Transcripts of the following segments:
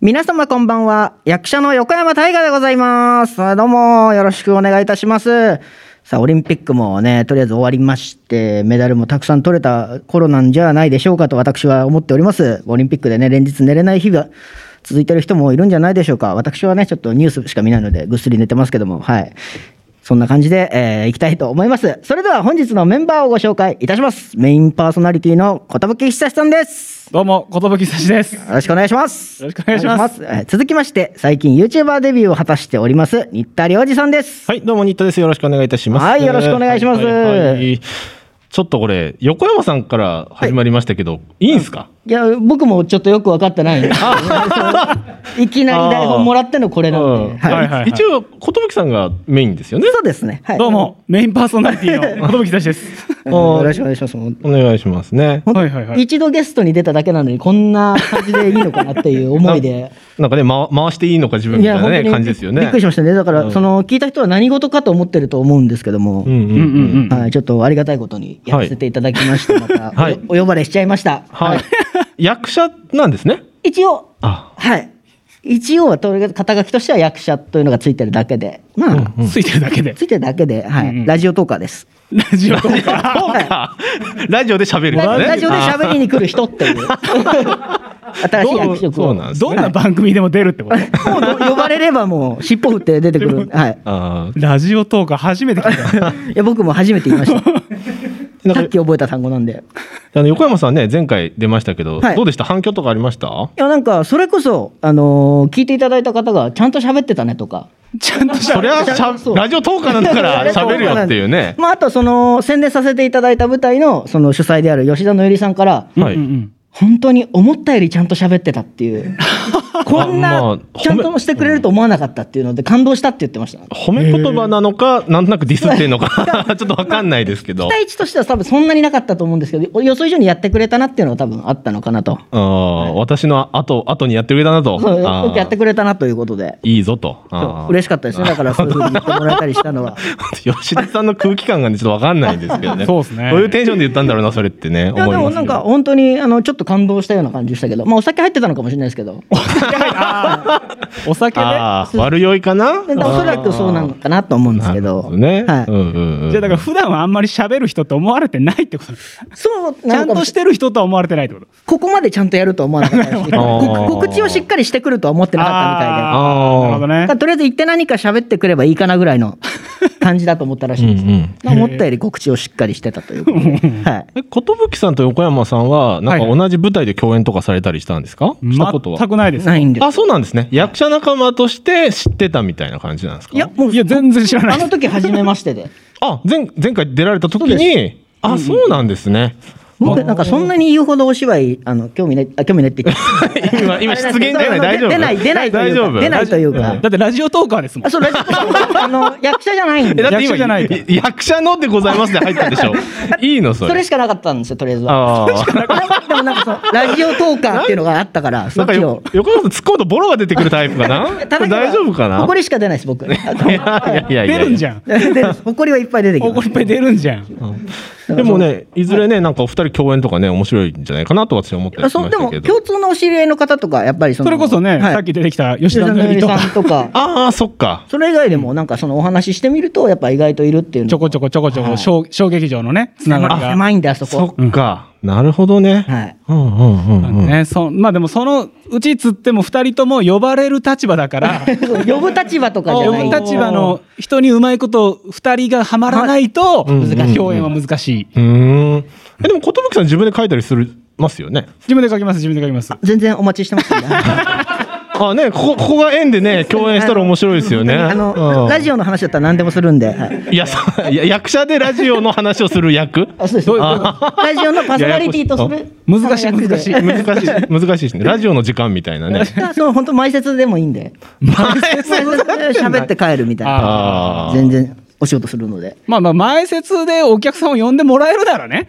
皆様こんばんは。役者の横山大河でございます。さあどうもよろしくお願いいたします。さあ、オリンピックもね、とりあえず終わりまして、メダルもたくさん取れた頃なんじゃないでしょうかと私は思っております。オリンピックでね、連日寝れない日が続いてる人もいるんじゃないでしょうか。私はね、ちょっとニュースしか見ないので、ぐっすり寝てますけども、はい。そんな感じで、えー、いきたいと思います。それでは本日のメンバーをご紹介いたします。メインパーソナリティの小田吹久志さんです。どうも、ことぶきさしです。よろしくお願いします。よろしくお願いしおます願いします。えー続きまして、最近 YouTuber デビューを果たしております、新田良二さんです。はい、どうも、新田です。よろしくお願いいたします。はいよろしくお願いしますいちょっとこれ、横山さんから始まりましたけど、い、いんすかいや、僕もちょっとよく分かってないんで いきなり台本もらってのこれなんうんで。はい。はいはいはい一応、寿さんがメインですよね。そうですね。はい。どうも、メインパーソナリテ ィのことぶきさしです。うん。よろしくお願いします。もうお願いしますね。はいはいはい。一度ゲストに出ただけなのに、こんな感じでいいのかなっていう思い で。なんかね、ま、回していいのか自分みたいな、ね、感じですよね。びっくりしましたね。だから、うんその、聞いた人は何事かと思ってると思うんですけども、うんううんうんんうん。うん。はい、ちょっとありがたいことにやらせていただきまして、また、はいおお呼ばれしちゃいました。はい。役者なんですね。一応、あ、はい。一応はとりあえず肩書きとしては役者というのがついてるだけで、まあ、ついてるだけでつ。いてるだけで、はい、うんうんラジオトーカーです。ラジオとか。そうか。ラジオで喋るんだラね。ラジオで喋りに来る人っていう新しい役そう職そを。うなんですどんね。な番組でも出るってこと。もう呼ばれればもう尻尾振って出てくる。はい。あラジオトーク初めて聞いた。いや僕も初めて言いました。ーなさんっかき覚えた単語なんで。あの横山さんね前回出ましたけど、はいどうでした反響とかありましたいやなんかそれこそあのー聞いていただいた方がちゃんと喋ってたねとか。ちゃんとしそゃりゃしゃそうラジオトーカーなんだから喋るよっていうね。まああとその宣伝させていただいた舞台のその主催である吉田のゆりさんから。うんはうい。ん本当に思ったよりちゃんと喋ってたって いう。こんまなあちゃんとしてくれると思わなかったっていうので感動したって言ってました。期褒め言葉なのか、なんとなくディスってん の か、ちょっとわかんないですけど。待値としては多分そんなになかったと思うんですけど、予想以上にやってくれたなっていうのは多分あったのかなと。あー私の後、後にやってくれたなと。そうあーよくやってくれたなということで。いいぞと。そうあー嬉しかったですね。だからそういうふうに言ってもらえたりしたの は。吉田さんの空気感がね、ちょっとわかんないんですけ どね。そうですねどういうテンションで言ったんだろうな、それってね。いや思でいまもすなけんかど。本当にあのちょっと感動したような感じでしたけど、まあお酒入ってたのかもしれないですけど、お酒ね。じゃあああ、悪酔いかなでおそらくそうなのかなと思うんですけど、ね。はいうんうんうん。だから普段はあんまり喋る人と思われてないってこと。ちそうゃなんのかもとししてる人とは思われてないってこと。ここまでちゃんとやるとは思わなかったし、なるほ どこ告知をしっかりしてくるとは思ってなかったみたいで。あーなるほどねだから。とりあえず行って何か喋ってくればいいかなぐらい の感じだと思ったらしいんですようんうんまあ思ったより告知をしっかりしてたということで、はい、え、寿さんと横山さんは、なんかはい同じ舞台で共演とかされたりしたんですかしたことは全。くないです。ないんですあ、そうなんですね。役者仲間として知ってたみたいな感じなんですかいやもういや、全然知らなあいでのす。時初めまして であ、前、前回出られた時そうに、あ、そうなんですね。僕なんかそんなに言うほどお芝居あの興味ないあ興味ないって言って今、 今、出現出ない、大丈夫出ない出ないというか出ないというかんだってラジオトーカーですもあん。そうラジオあの役者じゃないんえ、だでって役者じゃ今、ないい役者のでございますで入った でしょ。いいの、そそれれ。しかなかったんですよとりあえずはああ。でもなんかそのラジオトーカーっていうのがあったからそっなんかちよを、横山さん突っ込むとボロが出てくるタイプかな叩けば大丈夫かなほこりしか出ないです僕いやいやいやい出やるんじゃん。でほこりはいっぱい出てきおまこすりいっぱい出るんじゃん。でもね、いずれね、なんかお二人共演とかね、面白いんじゃないかなと私は思ってまあしたそうけでもど共。通のお知り合いの方とかやっぱりそのそれこそね、はいさっき出てきた吉吉田田ののりりとさかんとかああ、そっか。それ以外でもなんかそのお話ししてみるとやっぱ意外といるっていうのちょこちょこちょこちょこ、小小劇場のね、つながりが。狭いんであそこそっか。なるほどね。はいうんうんうんうん。ね、そまあでもそのうちつっても二人とも呼ばれる立場だから 呼ぶ立場とかじゃ呼ないぶ立場の人にうまいこと二人がはまらないと難しい共演は難しい。うーん。え、でも、寿さん自分で書いたりする、ますよね。自分で書きます自分で書きます。全然お待ちして ますんであ、ね、ここ、ここが縁でね、共演したら面白いですよね。あのラジオの話だったら何でもするんではいオ。いや、そういや役者でラジオの話をする役。あそうですどういうラジオのパーソナリティとするややこしいああの役で 難しい難難しい、難しいですね。ラジオの時間みたいなね。あ そう本当前説でもいいんで前説で喋って帰るみたいなああ。全然お仕事するのでまあまあ前説でお客さんを呼んでもらえるならね。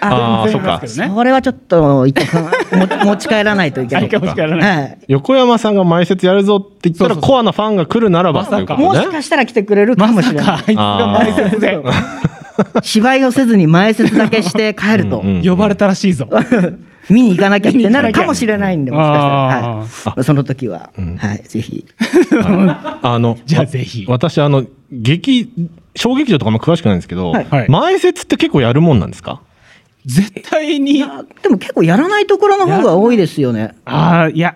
ああ、そっか。ですけどね。それはちょっと一旦 持持ち帰らないといけな何いかもしれない。はい横山さんが前説やるぞって言ったそうら、そうそうコアなファンが来るならば。まさかというもことねしかしたら来てくれるかもしれなんないかあいつが前説で芝居をせずに前説だけして帰ると。うんうん呼ばれたらしいぞ。見に行かなきゃってなるかもしれないんで、見もにし行かかしなたきゃら、あはい、その時は、うんはい、ぜひ。あの、じゃあぜひわ私、あの、劇、小劇場とかあんま詳しくないんですけど、はいはい前説って結構やるもんなんですか絶対いにやでも結構やらないところの方が多いですよね。ああいや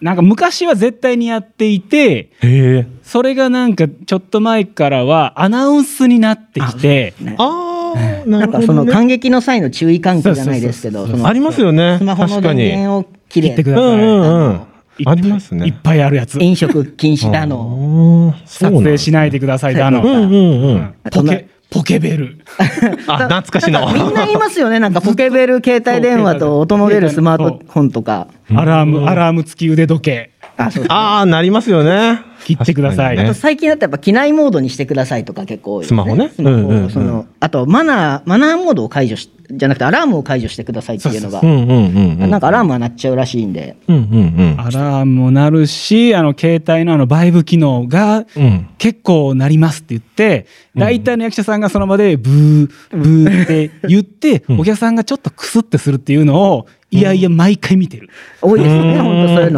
なんか昔は絶対にやっていてへえ。それがなんかちょっと前からはアナウンスになってきてねああ、ななんるかほそど、のね。感激の際の注意喚起じゃないですけど、そのありますよね。スマホの確か電に。源を切れ切ってくうださい、んうんうあのんいっ。ぱあいりますいっね。ぱいあるやつ 飲食禁止だの。の。そう撮なん影しないでくださいだの、うんうんううんん。ポケポケベルあ、懐かしいな。みんな言いますよね、なんかポケベル、携帯電話と音の出るスマートフォンとか。アラームアラーム付き腕時計あそうああ、なりますよね。切ってください確かにあとね最近だったらやっぱ機内モードにしてくださいとか結構多いです、スマホねスマホうんうんうんそのあとマナーマナーモードを解除しじゃなくてアラームを解除してくださいっていうのがうんうんうんうん。なんかアラームは鳴っちゃうらしいんでうんうんアラームも鳴るしあの携帯のあのバイブ機能がうん。うん。結構なりますって言って大体の役者さんがその場でブーブーって言ってうんお客さんがちょっとクスってするっていうのをいやいや毎回見てる多いですねうん本当そういう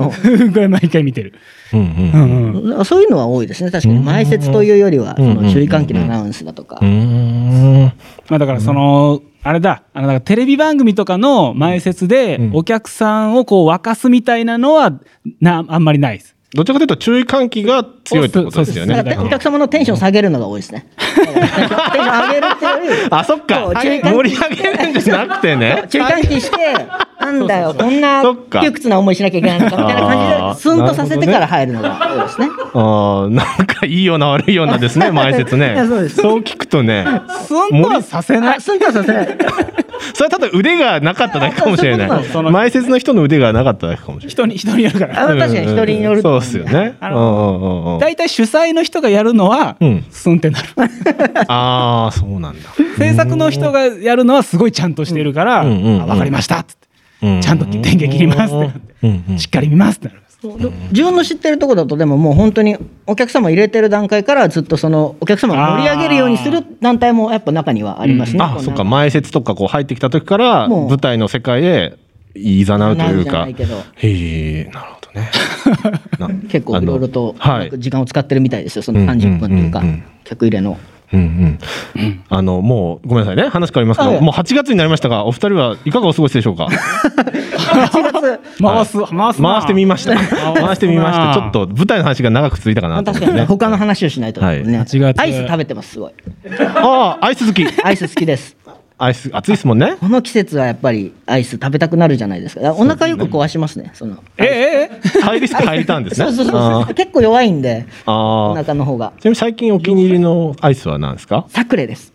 の これ毎回見てる、うんううんんうんそういうのは多いですね確かに前説というよりはそうんうんうんの注意喚起のアナウンスだとか、うーん。まあ、だからその、あれだあのだからテレビ番組とかの前説でうんお客さんをこう沸かすみたいなのはなあんまりないです。どちらかというと注意喚起が強いってことですよなねん。かうおん客様のテンション下げるのが多いです ね。テンション上げるっていうよりあ、そっか。そう注意喚起盛り上げるんじゃなくてね。注意喚 起して、なんだよ、こんなそっか窮屈な思いしなきゃいけないのかみたいなあ感ーじで、スンとさせてから入るのが多いですね。ああ、なんかいいような悪いようなですね、前説いねやそうで。すそう聞くとね、スンとはさせないあスンとはさせない。それはただ腕がなかっただけかもしれなそうそうそうい。前説の人の腕がなかっただけかもしれ人に人によるからあない。確かに人によるとそ思うんですよね。うあんうんうんうん。大体主催の人がやるのは、うんスンってなるああ、そうなんだ。制作の人がやるのはすごいちゃんとしてるから「うんうんうんあわかりました」っつって、うんちゃんと電源切りますってなってうんうんしっかり見ます」ってなる自分の知ってるとこだとでももう本当にお客様入れてる段階からずっとそのお客様を盛り上げるようにする団体もやっぱ中にはありますね。こんあ、なそっか、前説とかこう入ってきた時から、もう舞台の世界へ。いざなうというなか。るへじゃないえ、なるほどね。な結構いろいろとあのはいうまく時間を使ってるみたいですよその30分というかうんうんうんうん客入れの。うんうん。あの、もう、ごめんなさいね、話変わりますけはど、いもう8月になりましたが、お二人はいかがお過ごしでしょうか。回す、回すな回してみました。回すな回してみました。ちょっと舞台の話が長く続いたかまなあと思確っかてにね。他の話をしないと、はいね8月アイス食べてますすごいああ、アイス好き。アイス好きですアイス、暑いですもんね。この季節はやっぱりアイス食べたくなるじゃないですかだからお腹よく壊しますねそのえええハイリスク入りたんですそね。うそうあそう結構弱いんであおああ。ち腹の方がなみに最近お気に入りのアイスは何ですか。サクレです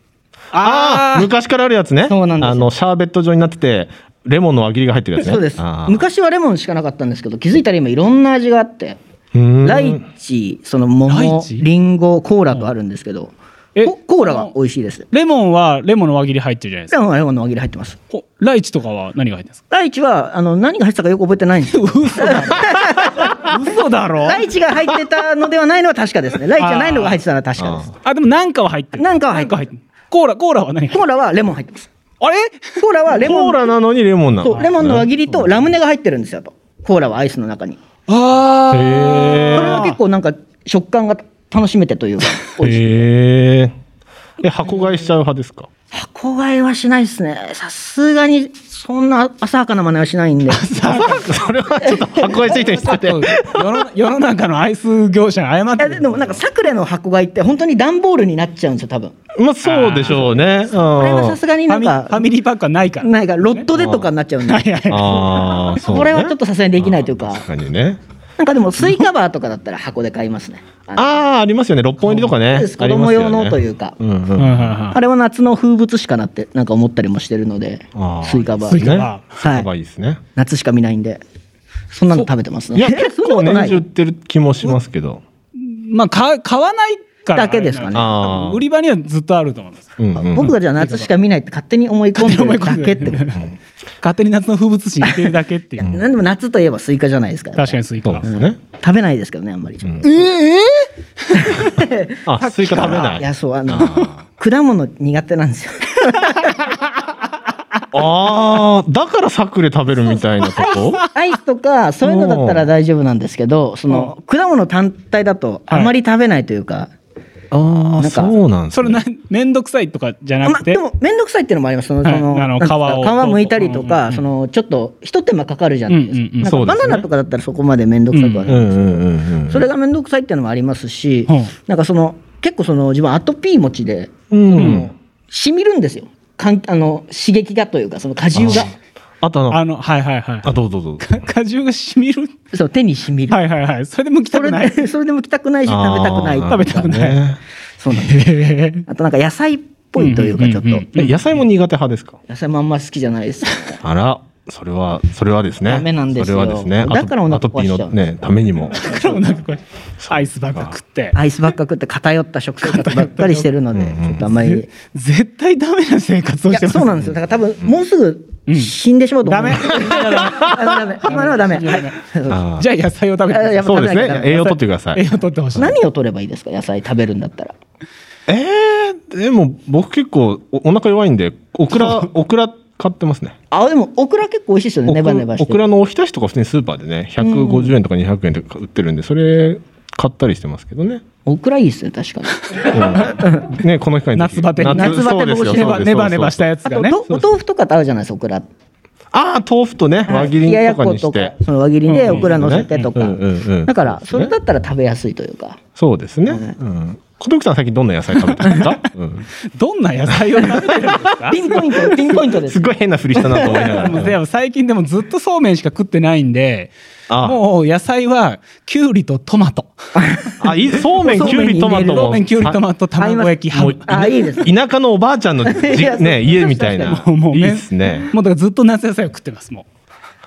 ああ、ー昔からあるやつね。そうなんですよあのシャーベット状になってて、レモンの輪切りが入ってるやつね。そうですあー昔はレモンしかなかったんですけど気づいたら今いろんな味があってうーんライチその桃ライチリンゴコーラとあるんですけどえココーラが美味しいですレモンはレモンの輪切り入ってるじゃないですレかモンはレモンの輪切り入ってますこライチとかは何が入ってるんですライチはあの何が入ってたかよく覚えてないんですけどか嘘だ ろライチが入ってたのではないのは確かですねライチじゃないのが入ってたのは確かですあでもなんかは入ってるなんかは入ってるるコーラコーラは何がコーラはレモン入ってます。あれコーラはレモコーン。ラなのにレモンなの。そうレモンの輪切りとラムネが入ってるんですよと。コーラはアイスの中に。こあへれーーは結構なんか食感が楽しめてというか。美味しいへえ。え、箱買いしちゃう派で すか。 箱買いはしないですね。さすがにそんな浅はかな真似はし ないんで。それはちょっと箱買いついてる人 って。世の世の中のアイス業者に謝っいやてでもなんかサクレの箱買いって本当に段ボールになっちゃうんですよ多分。まあ、そうでしょうね。うんこれはさすがになんファミファかミリーパックはないからないがロットでとかになっちゃうんで。はいはいああ、そう、ね。これはちょっとさすがにできないというか。確かにね。なんかでもスイカバーとかだったら箱で買いますね。あのああ、ありますよね。六本入りとかね。そうで。す子供用のといううか。うんうん。はいはいはいあれは夏の風物詩かなってなんか思ったりもしてるのであースイカバスイーカバねスイカバーいいですね。夏しか見ないんでそんなの食べてますねいや、え結そ構んなことな年い中売ってる気もしますけど。まあ買買わないからだけですかねあー売り場にはずっとあると思うんですうんうん、僕がじゃあ夏しか見ないって勝手に思い込 んでるだけってこと勝手に夏の風物詩にしてるだけっていう何でも夏といえばスイカじゃないですか確かにスイカそうはですね。食べないですけどねあんまり、んいあ、スイカ食べない。やそうあのあ果物苦手なんですよあー、だからサクレ食べるみたいなと こアイスとかそういうのだったら大丈夫なんですけどその果物単体だとあまり食べないというか、あなんかあ、そうなんですそれね。な、めんどくさいとかじゃなまあ、くて。でも面倒くさいっていうのもありますそのはいそのあのなんですか皮を皮剥いたりとうんうんか、うんそのちょっとひと手間かかるじゃないですか,、うんうんうんなんかそうでバすねナナとかだったらそこまで面倒くさくはない、うんうんうんうん。それが面倒くさいっていうのもありますし、うんなんかその結構その自分アトピー持ちでうん。しみるんですよかんあの刺激がというかその果汁があとあの、あの、はいはいはい。あ、どうぞどうぞ。か果汁がしみる。そう手にしみる、はいはいはい。それでもきたそくれない。でそれでもきたくないし食べたくないあー食べたくないんかねそうなんですへーあとなんか野菜っぽいといううかんちうょっんうんうんとえ野菜も苦手派ですか野菜もあんま好きじゃないです。あら、それは、それはですね。ダメなんですよそれはですね。だからお腹アトピー壊しちゃのうね、ため にも。だからもうなんかこれ、アイスばっか食って。アイスばっか食って偏った食生活ばっかりしてるので、偏ったちょっとあんまり。い絶対ダメな生活をしてやます。そうなんですよ。だから多分もうすぐ死んでしまうと思ダう。メ。ダメ。今のはダメ。はいあーじゃあ野菜を食べてくださいあやっぱそう食べなですきゃダね。メ栄養取ってくださ栄い。養取ってほしい。何を取ればいいですか野菜食べるんだったら。えー、でも僕結構おお腹弱いんで、オ クラ、オクラ買ってますね。あ、でもオクラ結構美味しいですよね。オネバクネバラしオてク。ラのおひたしとか普通にスーパーでね、150円とか200円とか売ってるんで、それ買ったりしてますけど ね。オクラいいですね、確かに。うんね、この機会に夏バテ夏バテ防止そうですネよそうバですネバネバしたやつあがと、ね。とお豆腐とかってあるじゃないですか、オクラ。ああ、豆腐とね、輪切冷りやとかにしやってこと。かその輪切りでオクラ乗せてとかうんうんうん。だから、それだったら食べやすいというか。そうですね。うん。小徳さん最近どんな野菜食べてます か、うんどんな野菜を食べてるんで すかピンポイント、ピンポイントですす。ごい変なふりしたなと思いながもうでら。も最近でもずっとそうめんしか食ってないんで、あもう野菜はきゅうりとトマト。 あ、いい、そうめん、きゅうり、トマトも。そうめん、きゅうり、トマト、卵焼き、ハム。あ、いいですね。田舎のおばあちゃんのじいやね、家みたいな。もうもういいねですね。もうだからずっと夏野菜を食ってます、も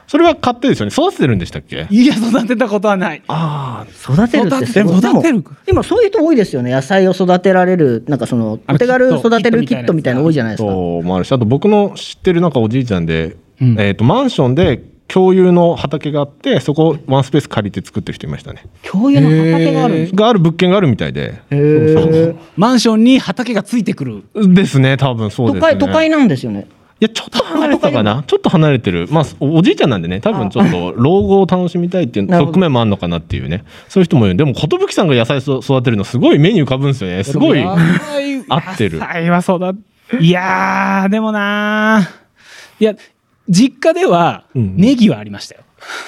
それは買ってですよね。育ててるんでしたっけう。いや、育てたことはない。ああ、育てるってすごい育でもてる育てる今そういう人多いですよね野菜を育てられるなんかそのあおの手軽キット育てるキキットットみたいなの多いじゃないですかそうもあるし、あと僕の知ってるなんかおじいちゃんで、うんえっと、マンションで共有の畑があって、そこワンスペース借りて作ってる人いましたね。共有の畑があるんですがある物件があるみたいで。へマンションに畑がついてくる。ですね、多分そう都ですね。会都会なんですよねいや、ちょっと離れてたかな。ちょっと離れてる。まあ、おおじいちゃんなんでね、多分ちょっと老後を楽しみたいっていうなるほど側面もあるのかなっていうね。そういう人もいる。でも、寿さんが野菜そ育てるのすごい目に浮かぶんですよね。すごい。合あってる野菜はそうだ。いやー、でもなー。いや、実家ではうんネギはありましたよ。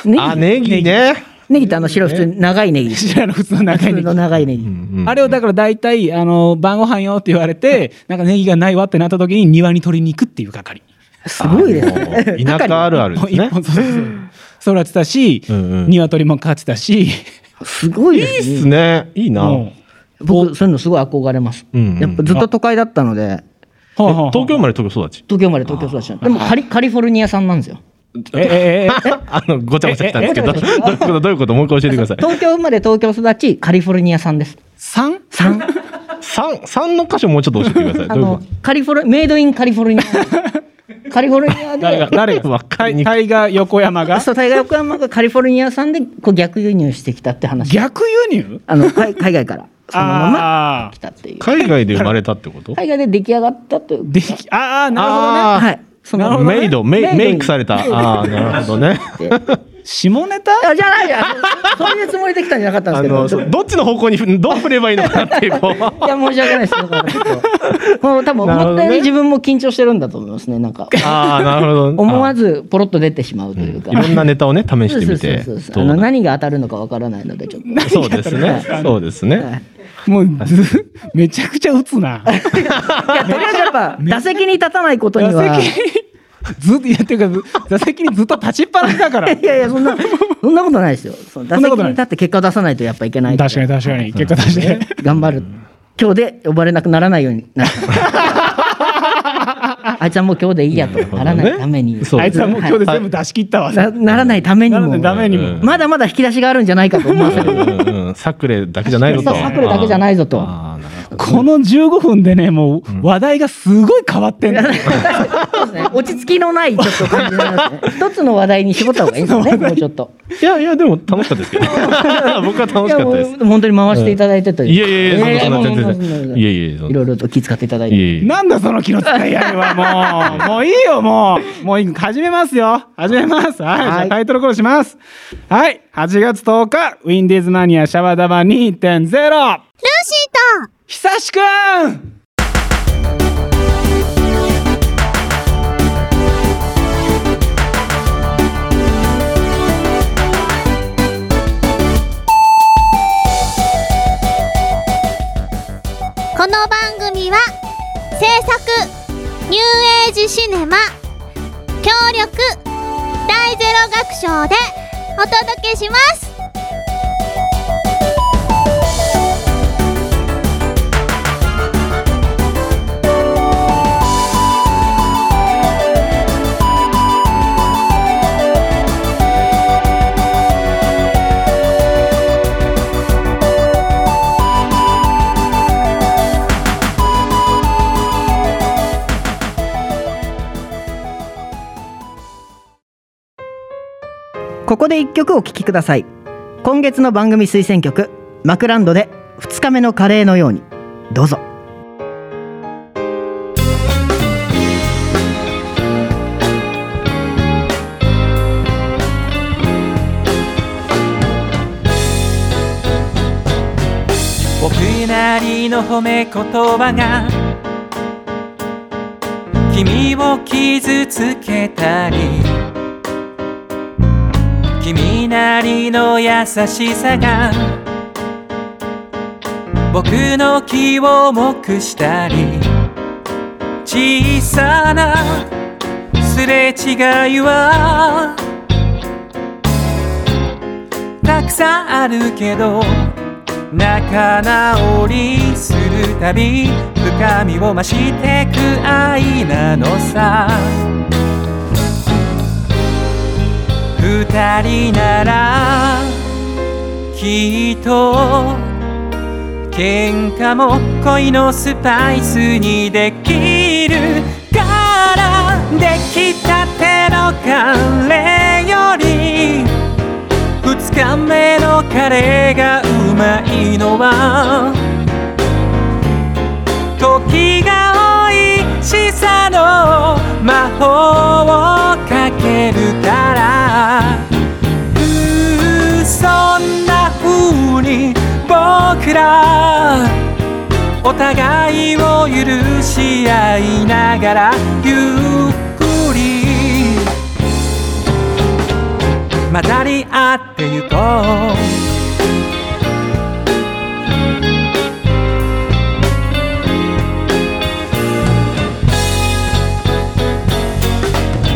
ネギ、ネギね。ネギってあの白い普通に長いネギです知らの普通の中普通に。の長いネギ、うんうんあれをだから大体、あの、晩ご飯よって言われて、なんかネギがないわってなった時に庭に取りに行くっていう係。すごいですあのね田舎あるあるです一ね。本そうそうそう育てたし、うんうん鶏も飼ってたし、すごいいいでっすねすね。いいな。も僕そういうのすごい憧れます、うんうんやっぱずっと都会だったのでうはあはあはあ東京生まれ東京育ち。東京まで東京育ちなんででもカリカリフォルニア産なんですよええええあの、ごちゃごちゃしたんですけど、えどういうこと、どういうこと、もう一回教えてください。東京生まれ東京育ちカリフォルニア産です三産三、三の箇所もうちょっと教えてください。あどういうこのカリフォルメイドインカリフォルニ アカリフォルニア誰でが誰が若いタイガー横山がそう大概横浜がカリフォルニア産でこう逆輸入してきたって話逆輸入あの海海外からそのままあ来たっていうと海外で生まれたってこと海外で出来上がったというーできああなるほどねあーはいそのメイド、メイメイクさ れた。ああ、メイドになるほ どね。って下ネタあじゃないじゃんそういうつもりで来たんじゃなかったんあでのすけそうどどっちの方向にふどう振ればいいのかなっ ていうこういや申し訳ないですだからちょっともう多分なるほ思っどねたより自分も緊張してるんだと思いますねなんかああなるほど思わずポロッと出てしまうというか、いろんなネタをね試してそうみてそうそうそうどあうなの何が当たるのかわからないので ちょっとそうですねそうですはねいもうずめちゃくちゃ打つないや、とりあえずやっぱ、打席に立たないことには。座い席にずっといやっていうか座席にずっと立ちっぱなしだからやいや、そんな、そんなことないですよ。その打んな席ことにない立って結果を出さないとやっぱいけない。確かに確かに結果出して頑張る。今日で呼ばれなくならないように なる。あいつはもう今日でいいやとならないために。そうあいつはもう今日で全部出し切ったわなならないためになのもで。ダメにうもんまだまだ引き出しがあるんじゃないかと思わせうる。んうんうんサクレだけじゃないぞとそうサクレだけじゃないぞとあーあーなるほどこの15分でねもう話題がすごい変わってんだよそうですね。 落ち着きのないちょっと感じになりますね。一つの話題に絞った方がいいですね。もうちょっと。いやいや、でも楽しかったです けど。僕は楽いしやかっもたうです。本当に回していただいてという。いやいやいや、そんなそんなえー全然。いいややいいやいや、そんいなろいろと気遣っていただいいて。やいや。なんだその気の使い合いはもうもういいよもうもういい始めますよ始めますはい、じゃはあいタイトルコールしますはい8月10日ウィンディーズマニアシャバダバ2.0ルーシーと久しくんこの番組は制作ニューエイジシネマ協力大ゼロ学賞でお届けしますここで一曲お聴きください今月の番組推薦曲マクランドで2日目のカレーのようにどうぞ僕なりの褒め言葉が君を傷つけたり君なりの優しさが僕の気を重くしたり小さなすれ違いはたくさんあるけど仲直りするたび深みを増してく愛なのさ二人ならきっと喧嘩も恋のスパイスにできるからできたてのカレーより二日目のカレーがうまいのは時が美味しさの魔法をかけるからうーそんな風に僕らお互いを許し合いながらゆっくり混ざり合ってゆこう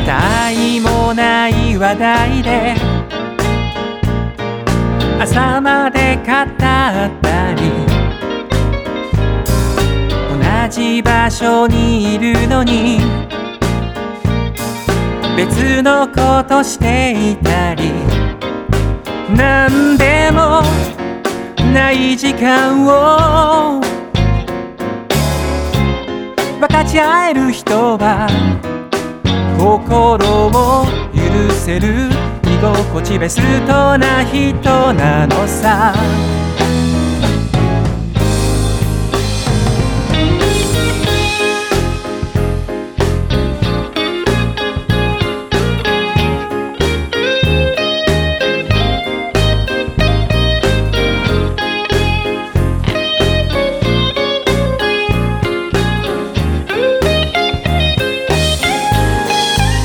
たいもない話題で朝まで語ったり同じ場所にいるのに別のことしていたり何でもない時間を分かち合える人は心を許せる居心地ベストな人なのさ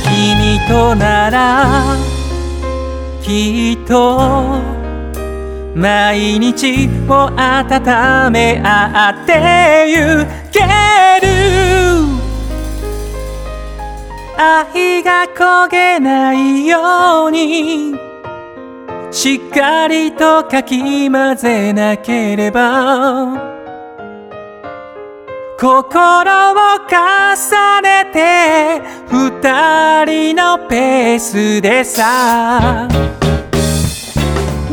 君とならきっと毎日を温め合ってゆける愛が焦げないようにしっかりとかき混ぜなければ心を重ねて二人のペースでさ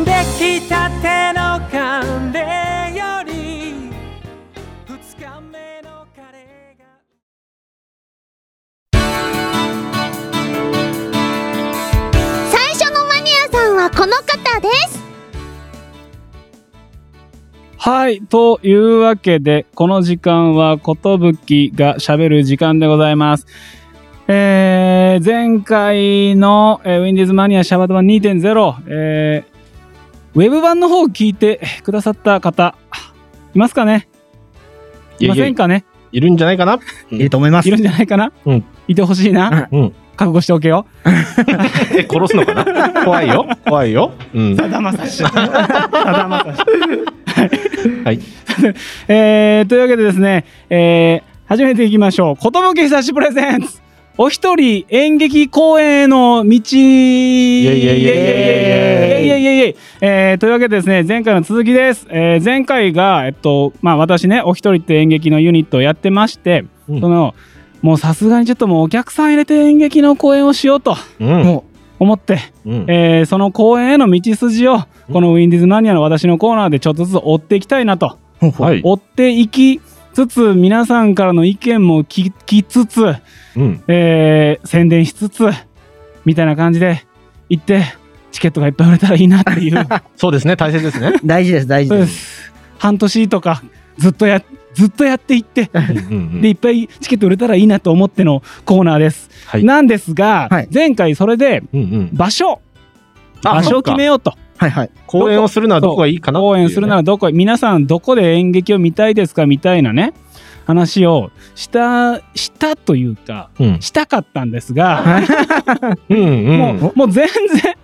できたてのカレーより二日目のカレーがこの方ですはい。というわけで、この時間は、ことぶきが喋る時間でございます。えー、前回の、えーウィンディーズマニアシャバドバ2.0、えー、ウェブ版の方を聞いてくださった方、いますかねいませんかねいるんじゃないかないると思いますいるんじゃないかな、うんいてほしいな。うん。覚悟しておけよ。え、殺すのかな怖いよ。怖いよ。うん。さだまさし。 さだまさし。はい。えー、というわけでですね、えー、始めていきましょう。ことぶき久しプレゼンツ。お一人演劇公演への道イエイイエイイエイイエイイエイイエイイエイえーというわけでですね前回の続きです、えー前回が、えっとまあ、私ねお一人って演劇のユニットをやってまして、うんそのもうさすがにちょっともうお客さん入れて演劇の公演をしようとうん。も思って、うん。えーその公演への道筋をこのウィンディーズマニアの私のコーナーでちょっとずつ追っていきたいなとう、ほうほうはい。追っていきつつ皆さんからの意見も聞きつつ、うん。えー宣伝しつつみたいな感じで行ってチケットがいっぱい売れたらいいな っていうそうですね。大切ですね。大事です、大事そうで。ですす半年とかずっとやずっとやっていってうんうんうでんいっぱいチケット売れたらいいなと思ってのコーナーです、はい。なんですが、はい前回それでうんうん。場所あ場所そをっか決めようとはいはい。公演をするのはどこがいいかなっていう応ね援するならどこへ皆さんどこで演劇を見たいですかみたいなね話をしたしたというかうん。したかったんですが、うんうもん。うもう全然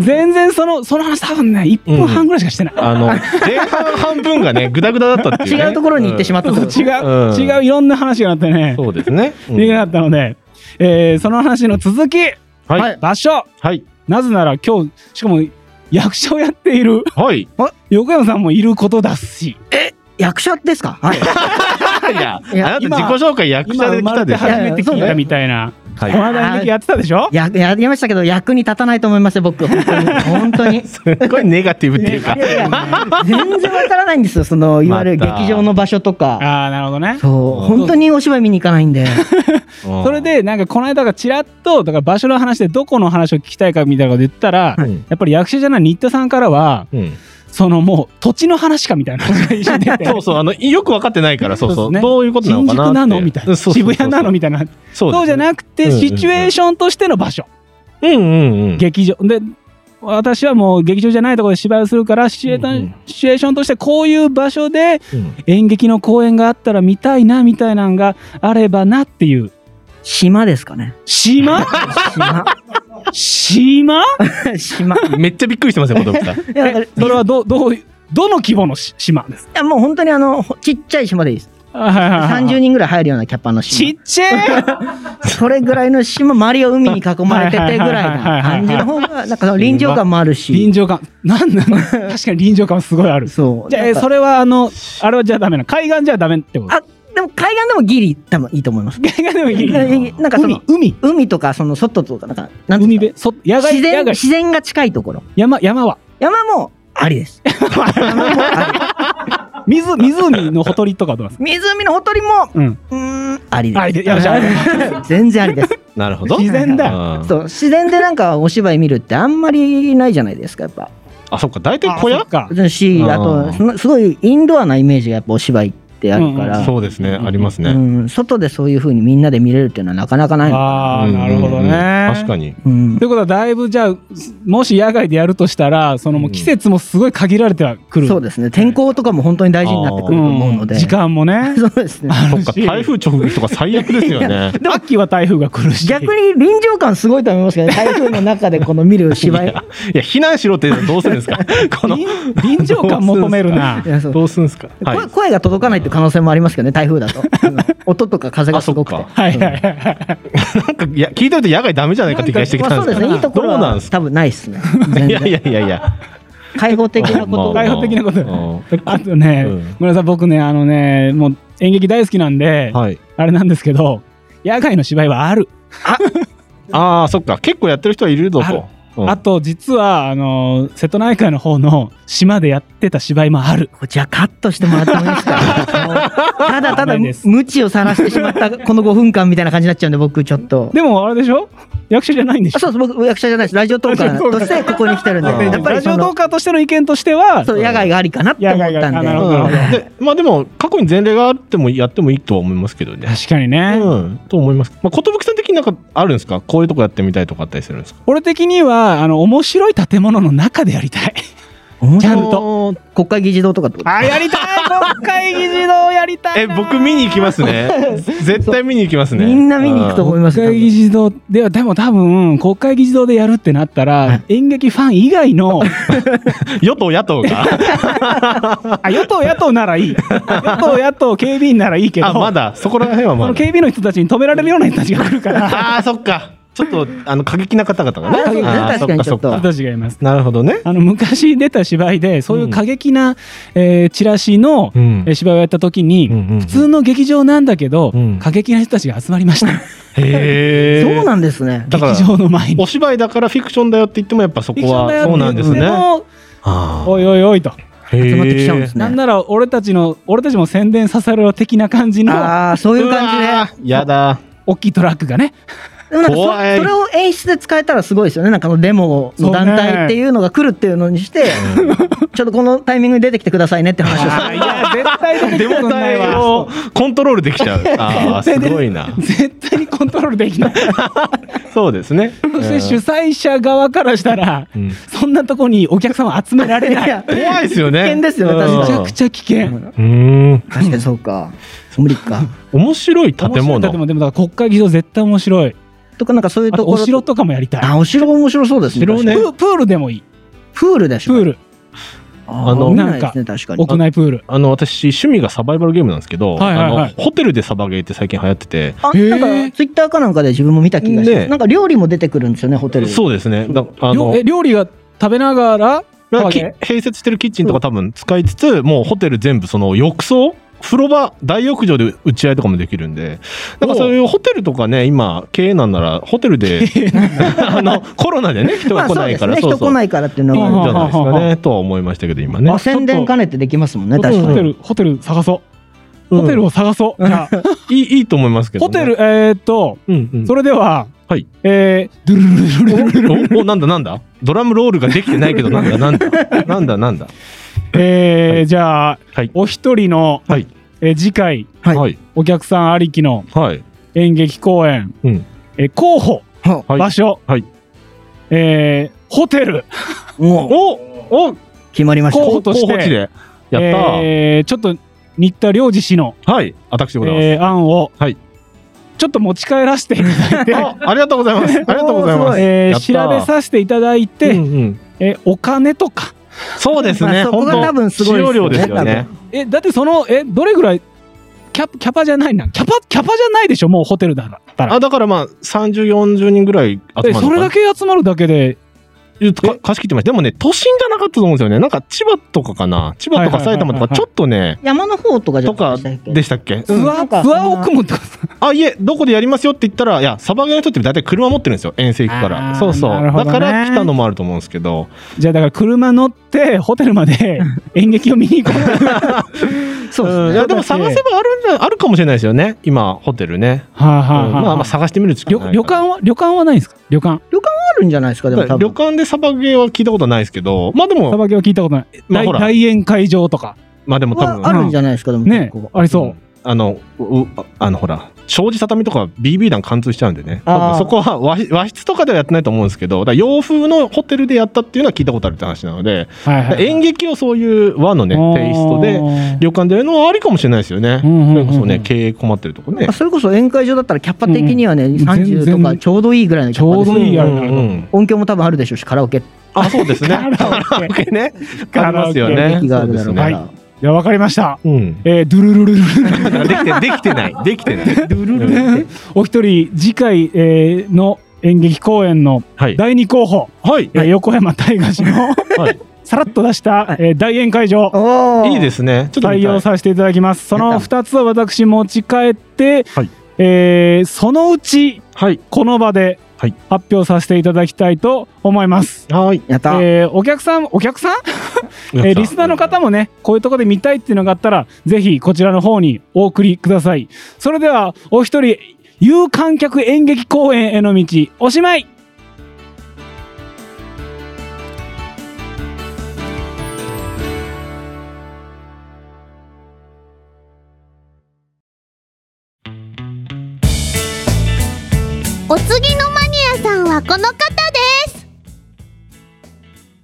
全然そのその話多分ね1分半ぐらいしかしてない、あの、前半半分がね、グダグダだったっていうね。違うところに行ってしまったそうと。違う、うん違ういろんな話があってねそうですね。うんできなかったので、えーその話の続きはい。場所はい。なぜなら今日しかも役者をやっているはい。横山さんもいることだし役者ですかはい。いや、いやあなた自己紹介役今者で生来またれてでしょいや初めて聞いたみたいな、はいこの間演劇やってたでしょや、やりましたけど、役に立たないと思いますよ、僕。本当に。本当に。す っごいネガティブっていうか。いやいや全然わからないんですよ、その、いわゆるまた劇場の場所とか。ああなるほどねそう、本当にお芝居見に行かないんで。それでなんかこの間がちらっとだから場所の話でどこの話を聞きたいかみたいなこと言ったら、うん、やっぱり役者じゃない新田さんからはうんそのもう土地の話かみたいな話が一緒に出て そうそうあのよく分かってないからそうそそううですねどういうことなの新かなって宿なのみたいな渋谷なのみたいなたいなそうそうじゃいなくうてんうんうんシチュエーションとしての場所、うんうんうん劇場で私はもう劇場じゃないところで芝居をするからシチュエーションうんうんシチュエーションとしてこういう場所でうん演劇の公演があったら見たいなみたいなんがあればなっていう島ですかね。 島島。島島。いめっちゃびっくりしてま すよ子供さんや、だからいそれはどどうどの規模のし島ですかやもう本当にあの、ほちっちゃい島でいいです。30人ぐ らい入るようなキャパのち島。っちゃいそれぐらいの島、周りを海に囲まれててぐらいな感じの方が、なんかその臨場感もある臨し。場感なんなの 確かに臨場感すごいあるじそう。ゃあなえんかそれはあのあれはじゃあダメなの海岸じゃダメってことあ、でも海岸でもギリ、多分いいと思います。海岸でもいいなんかその、海海とか、その外とか、なんか、なんてい海うんです辺そ野か外自野然、外自然が近いところ。山山は山もありです。山もあ水湖のほとりとかどうなんですり。湖のほとりも、かうんうーん、ありであす。いやじゃあ 全然ありです。なるほど自然だあーそう、自然でなんかお芝居見るってあんまりないじゃないですか、やっぱ。あそっか大体小あそ屋っかし、ああとーその、すごいインドアなイメージがやっぱお芝居ってあるかあら、そうですねありますうねん、外でそういう風にみんなで見れるっていうのはなかなかないの。ああうんなるほどうんね確かにうんということはだいぶじゃあもし野外でやるとしたらそのもう季節もすごい限られてはくる、そうですね天候とかも本当に大事になってくると思うので、ん時間もね そうですねあそるっかし台風直撃とか最悪ですよね秋は台風が来るし逆に臨場感すごいと思いますけどね台風の中でこの見る芝居いいや避難しろってどうするん ですかこの臨臨場感求めるなやそうどうするんですかはい声声が届かないっていう可能性もありますけどね台風だとあの音とか風がすごくてあそっかはいはいはいはいなんかいや聞いてると野外ダメじゃないかって気がしてきまたあ、んそうですですけねどいいところどうなんはですか多分ないですねい全や然いやいや いや開放的なことまあが開放的なことうんあとね、うんごめんなさい僕ねあのねもう演劇大好きなんで、はいあれなんですけど野外の芝居はあるああそっか結構やってる人はいるぞあるとうんあと実はあの瀬戸内海の方の島でやってた芝居もあるこちらカットしてもらってもいいですかもうただただダメです無知を晒してしまったこの5分間みたいな感じになっちゃうんで僕ちょっと。でもあれでしょ役者じゃないんでしあょそうです僕役者じゃないですラジオトーカーとしてここに来てるんでラジやオトーカーっぱラりジそオトのーカーとしての意見としてはそう野外がありかなって思ったん野外があでなるほどうんでまあでも過去に前例があってもやってもいいとは思いますけどね。確かにね、うん、と思います。まあ、寿さん的になんかあるんですかこういうとこやってみたいとかあったりするんですか俺的にはあの面白い建物の中でやりたいちゃんとと。国会議事堂とかってことあやり たい国会議事堂やりたいえ、な僕見に行きますね。 絶対見に行きますね。みんな見に行くと思います国会議よ事堂ではでも多分国会議事堂でやるってなったら、演劇ファン以外のうん。与党、野党が。あ与党野党ならいい与党野党警備員ならいいけどあ、まだ。そこら辺はそまのだ警。備の人たちに止められるような人たちが来るから ああ、そっか。ちょっと、あの、過激な方々がね。あそうだねあー確かにそっちょ人っそったちがいますなるほどね。あの昔出た芝居でそういう過激な、えーチラシの、うんえー芝居をやった時に、うんうんうん普通の劇場なんだけど、うん過激な人たちが集まりました、へえ。そうなんですねだから劇場の前にお。芝居だからフィクションだよって言ってもやっぱそこ劇場だはよそうなんですね。って言ってもあーおいおいおいと、集まってきちゃうんですなんねなら俺たちの俺たちも宣伝させろよ的な感じのああそういう感じじで。やだ。大きいトラックがねででもなんかそ怖いそれを演出で使えたらすごいですよねなんかあのデモの団体っていうのが来るっていうのにして ちょっとこのタイミングに出てきてくださいねって話をするいや絶対出てデくモんない隊わをコントロールできちゃう。 ああ、すごいな。絶対にコントロールできないそうですね。そして主催者側からしたら、うんそんなとこにお客様集められないいめや怖いですよね。危険ですよね確かにめうんちゃくちゃ危険うん。確かにそうか無理か面白い建面白い物。建物でもだから国会議事堂絶対面白いとかなんかそういうあととこおろ城とかもやりたいあお城面白そうですね城ね確かプープールでもいいにプールでしプょールああのの見ないですね確かに屋内プールあの私趣味がサバイバルゲームなんですけど、はいはいはいあのホテルでサバゲーって最近流行ってて、あへーなんかツイッターかなんかで自分も見た気がしまねすなんか料理も出てくるんですよねホテルそうですね。だあ料のえ料理が食べながらなんか騒きげ併設してるキッチンとか多分使いつつ、もうホテル全部その浴槽風呂場大浴場で打ち合いとかもできるんでなんかそういうホテルとかね今経営なんならホテルであのコロナでね人まあが来そうないでかすらね人来ないいからっていうのじがあるはゃないですはかははねとは思いましたけど今ねあ宣伝兼ねてできますもんね、確かホに。テルホテル探そう、うんホテルを探そうじゃあいいいいと思いますけどホねテルえー、っとうんうんそれでは、はいえー、ドゥルルルルルルおおなんだなんだドラムロールができてないけどなんだなんだなんだなんだえーはいじゃあはいお一人の、はいえー次回はいはいお客さんありきのはい演劇公演、うんえー候補、はい場所、はいえーホテルもうおお決まりまし候た。補として候補地でやったーえーちょっと新田良二氏の、はい私でございますえー案を、はいちょっと持ち帰らせていただいて、 あありがとうござ います。ありがとうございます。えーやったー調べさせていただいて、うんうんえーお金とかそうですまあね。そこが本当多分すごいですよね使用量ですよね。えだってそのえどれぐらいキャパキャパじゃないなキャパキャパじゃないでしょもうホテルだったらあだからまあ三十四十人ぐらい集まるえのかなそれだけ集まるだけでえか貸し切ってました。でもね都心じゃなかったと思うんですよね。なんか千葉とかかな。千葉とかはいはいはいはい埼玉とかちょっとね山の方とかじゃとなかいでしたっけでしたツっけ？んアなんーかツアーを組むってことあいえどこでやりますよって言ったらいやサバゲーの人って大体車持ってるんですよ遠征行くあかーら。そうそう。なるほどだねから来たのもあると思うんですけど。じゃあだから車乗ってホテルまで演劇を見に行こう。そうですうんいね。やでも探せばあるんじゃあるかもしれないですよね。今ホテルね。はあはうんまあまあ探してみるしか旅ないかな。旅館は旅館はないんですか旅館。あるんじゃないですか、でも多旅分。館でサバゲーは聞いたことないですけど、まあでさも、ばきは聞いたことない。まあ大ほら大宴会場とか。まあでも多分、はあるんじゃないですか、でも結ね構。ありそう。あの、うああのほら、障子畳とか BB 弾貫通しちゃうんでね、多あー分そこは和室和室とかではやってないと思うんですけど、だから洋風のホテルでやったっていうのは聞いたことあるって話なので、はいはい。演劇をそういう和のね、テイストで、で。旅館でやるのはありかもしれないですよね。うんうんうんうんそれこそね、経営困ってるとこねあ。それこそ宴会場だったらキャッパ的にはね、30と全か然ちょうどいいぐらいのキャッパですちょうどいいやうるんうんうん音響も多分あるでしょうし、カラオケ、あ、そうですね。カラ オケケね。カありラオますケよね。駅があるだそろううですかね。ら。いやわかりました。うん。えー、ドゥルルルルルだからできて、できてない。できてない。お一人次回、えーの演劇公演のはい。第二候補、はいえ。ー横山大河氏のはいさらっと出した、えー大宴会場おーいいですね。ち採ょっと見たい用させていただきます。その2つを私持ち帰って、はいえーそのうちはい。この場ではい発表させていただきたいと思います。はい。やった。えーお客さんお客さん、えーリスナーの方もねこういうとこで見たいっていうのがあったらぜひこちらの方にお送りくださいそれではお一人有観客演劇公演への道おしまいお次のマニアさんはこの方です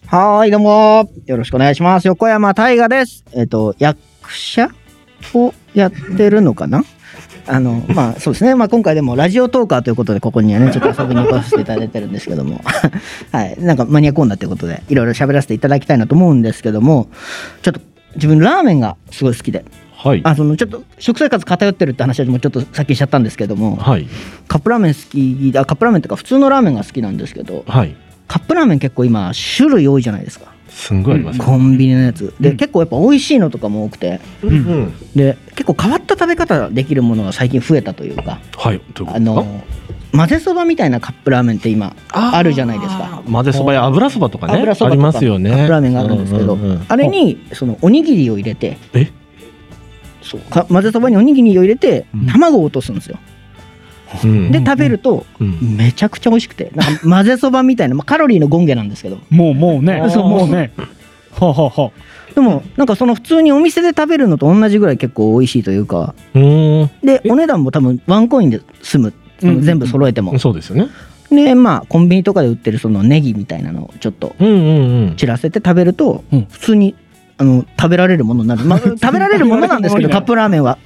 はーい、どうも。よろしくお願いします。横山大河です。えっ、と、役者をやってるのかな あの、まあ、そうですね。まあ、今回でもラジオトーカーということで、ここにはね、ちょっと遊びに来させていただいてるんですけども。 はい。なんかマニアック女ってことで、いろいろ喋らせていただきたいなと思うんですけども、ちょっと、自分ラーメンがすごい好きで、はい。あ、その、ちょっと、食生活偏ってるって話はもうちょっとさっきしちゃったんですけども、はい。カップラーメン好き、あ、カップラーメンとか普通のラーメンが好きなんですけど、はい。カップラーメン結構今、種類多いじゃないですか。すんごいありますね。コンビニのやつで、うん結構やっぱ美味しいのとかも多くてうん。で結構変わった食べ方できるものが最近増えたというかはい。ということあですかの混ぜそばみたいなカップラーメンって今あーあるじゃないですか混ぜそばや油そばとかね。油そばあとりかますよね。カップラーメンがあるんですけど、うううんあれにそのおにぎりを入れてえそうか混ぜそばにおにぎりを入れてうん卵を落とすんですよ、うんで食べるとうんめちゃくちゃ美味しくてなんか混ぜそばみたいな、まあ、カロリーの権限なんですけどもうもう ねあーそうもうねほうほうほうでもなんかその普通にお店で食べるのと同じぐらい結構美味しいというかうでえお値段も多分ワンコインで済むそうんの全部揃えても、ん。そうですよね。でまあコンビニとかで売ってるそのネギみたいなのをちょっとうんうんうん。散らせて食べるとうん普通にあの食べられるものになる、 まあ、食べられるものなんですけど食べられるものになカるップラーメンは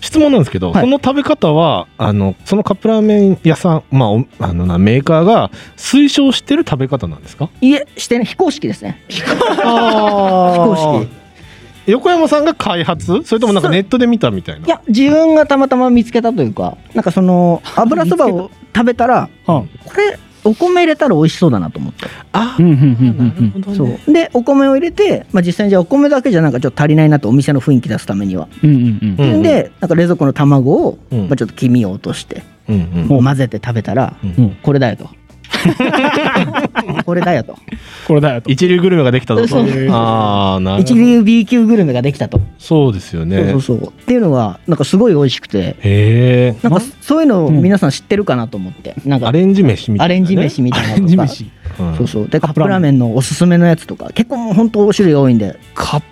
質問なんですけど、はいその食べ方はあのそのカップラーメン屋さん、まあ、おあのなメーカーが推奨してる食べ方なんですかいえしてね非公式ですね非公公式横山さんが開発それともなんかそうネットで見たみたいないや自分がたまたま見つけたというかなんかその油そばを食べたらはこれお米入れたら美味しそうだなと思ってああうんうんうんーうんうんほどそうでお米を入れて、まあ、実際にじゃあお米だけじゃなんかちょっと足りないなとお店の雰囲気出すためにはうんうんうんうんでなんか冷蔵庫の卵を、うんまあ、ちょっと黄身を落としてうんうんお混ぜて食べたら、うんうんこれだよとこれだよとこれだよと一流グルメができたぞとそうああなるほ一ど流 B 級グルメができたと、そうですよねそうそうそうっていうのはなんかすごい美味しくてへえなんかなそういうのを皆さん知ってるかなと思って、なんかアレンジ飯みたアいな、ね、レンジ飯みたいなのとかうんそうそうでカップラーメンのおすすめのやつとか結構もう本当種類多いんで、カッ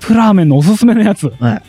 プラーメンのおすすめのやつはい、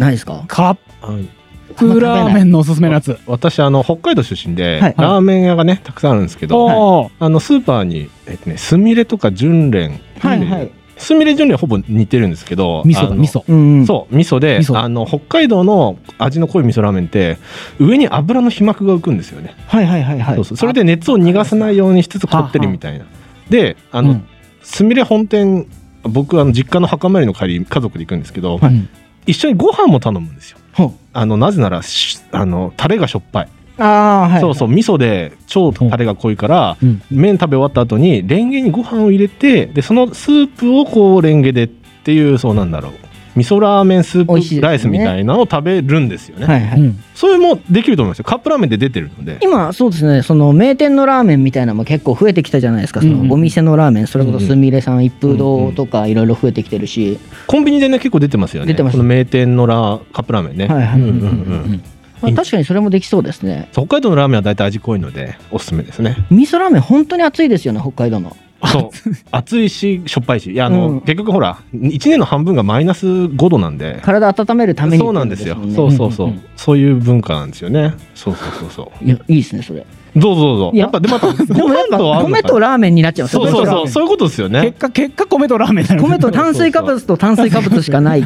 ないですかカッはいプラーメンのおすすめのやつ私あの北海道出身で、はいラーメン屋がねたくさんあるんですけど、おーあのスーパーにえっとねすみれとか純連はいはいすみれ純連ほぼ似てるんですけど味噌あだの味噌うんそう味噌で味噌あの北海道の味の濃い味噌ラーメンって上に油の皮膜が浮くんですよね、はいはいはいはいそうそうそれで熱を逃がさないようにしつつこってりみたいなであうの、んすみれ本店僕あの実家の墓参りの帰り家族で行くんですけど、はい一緒にご飯も頼むんですよほうあのなぜならしあのタレがしょっぱい、ああはいそうそう味噌で超タレが濃いから、うん麺食べ終わった後にレンゲにご飯を入れてでそのスープをこうレンゲでっていうそうなんだろう味噌ラーメンス美味しいーですプねライスみたいなのを食べるんですよねはいはい、うんそれもできると思いますよカップラーメンで出てるので今そうですねその名店のラーメンみたいなのも結構増えてきたじゃないですかそうんうんのお店のラーメンそれこそうんうんすみれさん一風堂とかいろいろ増えてきてるし、コンビニでね結構出てますよね出てますこの名店のラーカップラーメンね、はいはいうんうんうんうんまあ、確かにそれもできそうですねそう北海道のラーメンは大体味濃いのでおすすめですね味噌ラーメン本当に熱いですよね北海道のそう 暑いししょっぱいしいやあの、うん結局ほら1年の半分がマイナス5度なんで体温めるためにそうなんですよっていこそうそうそう、うんうんうそういう文化なんですよねそうそうそうそうとですもんねいやいいですねそれどうぞどうぞいややっぱでまたごでもやっ飯ぱと合うの米とかラーメンになっちゃうんでなすよそうそう米とラそうそういうことですよね結果結果米とラーメンだよーメン米と炭水化物と炭水化物しかない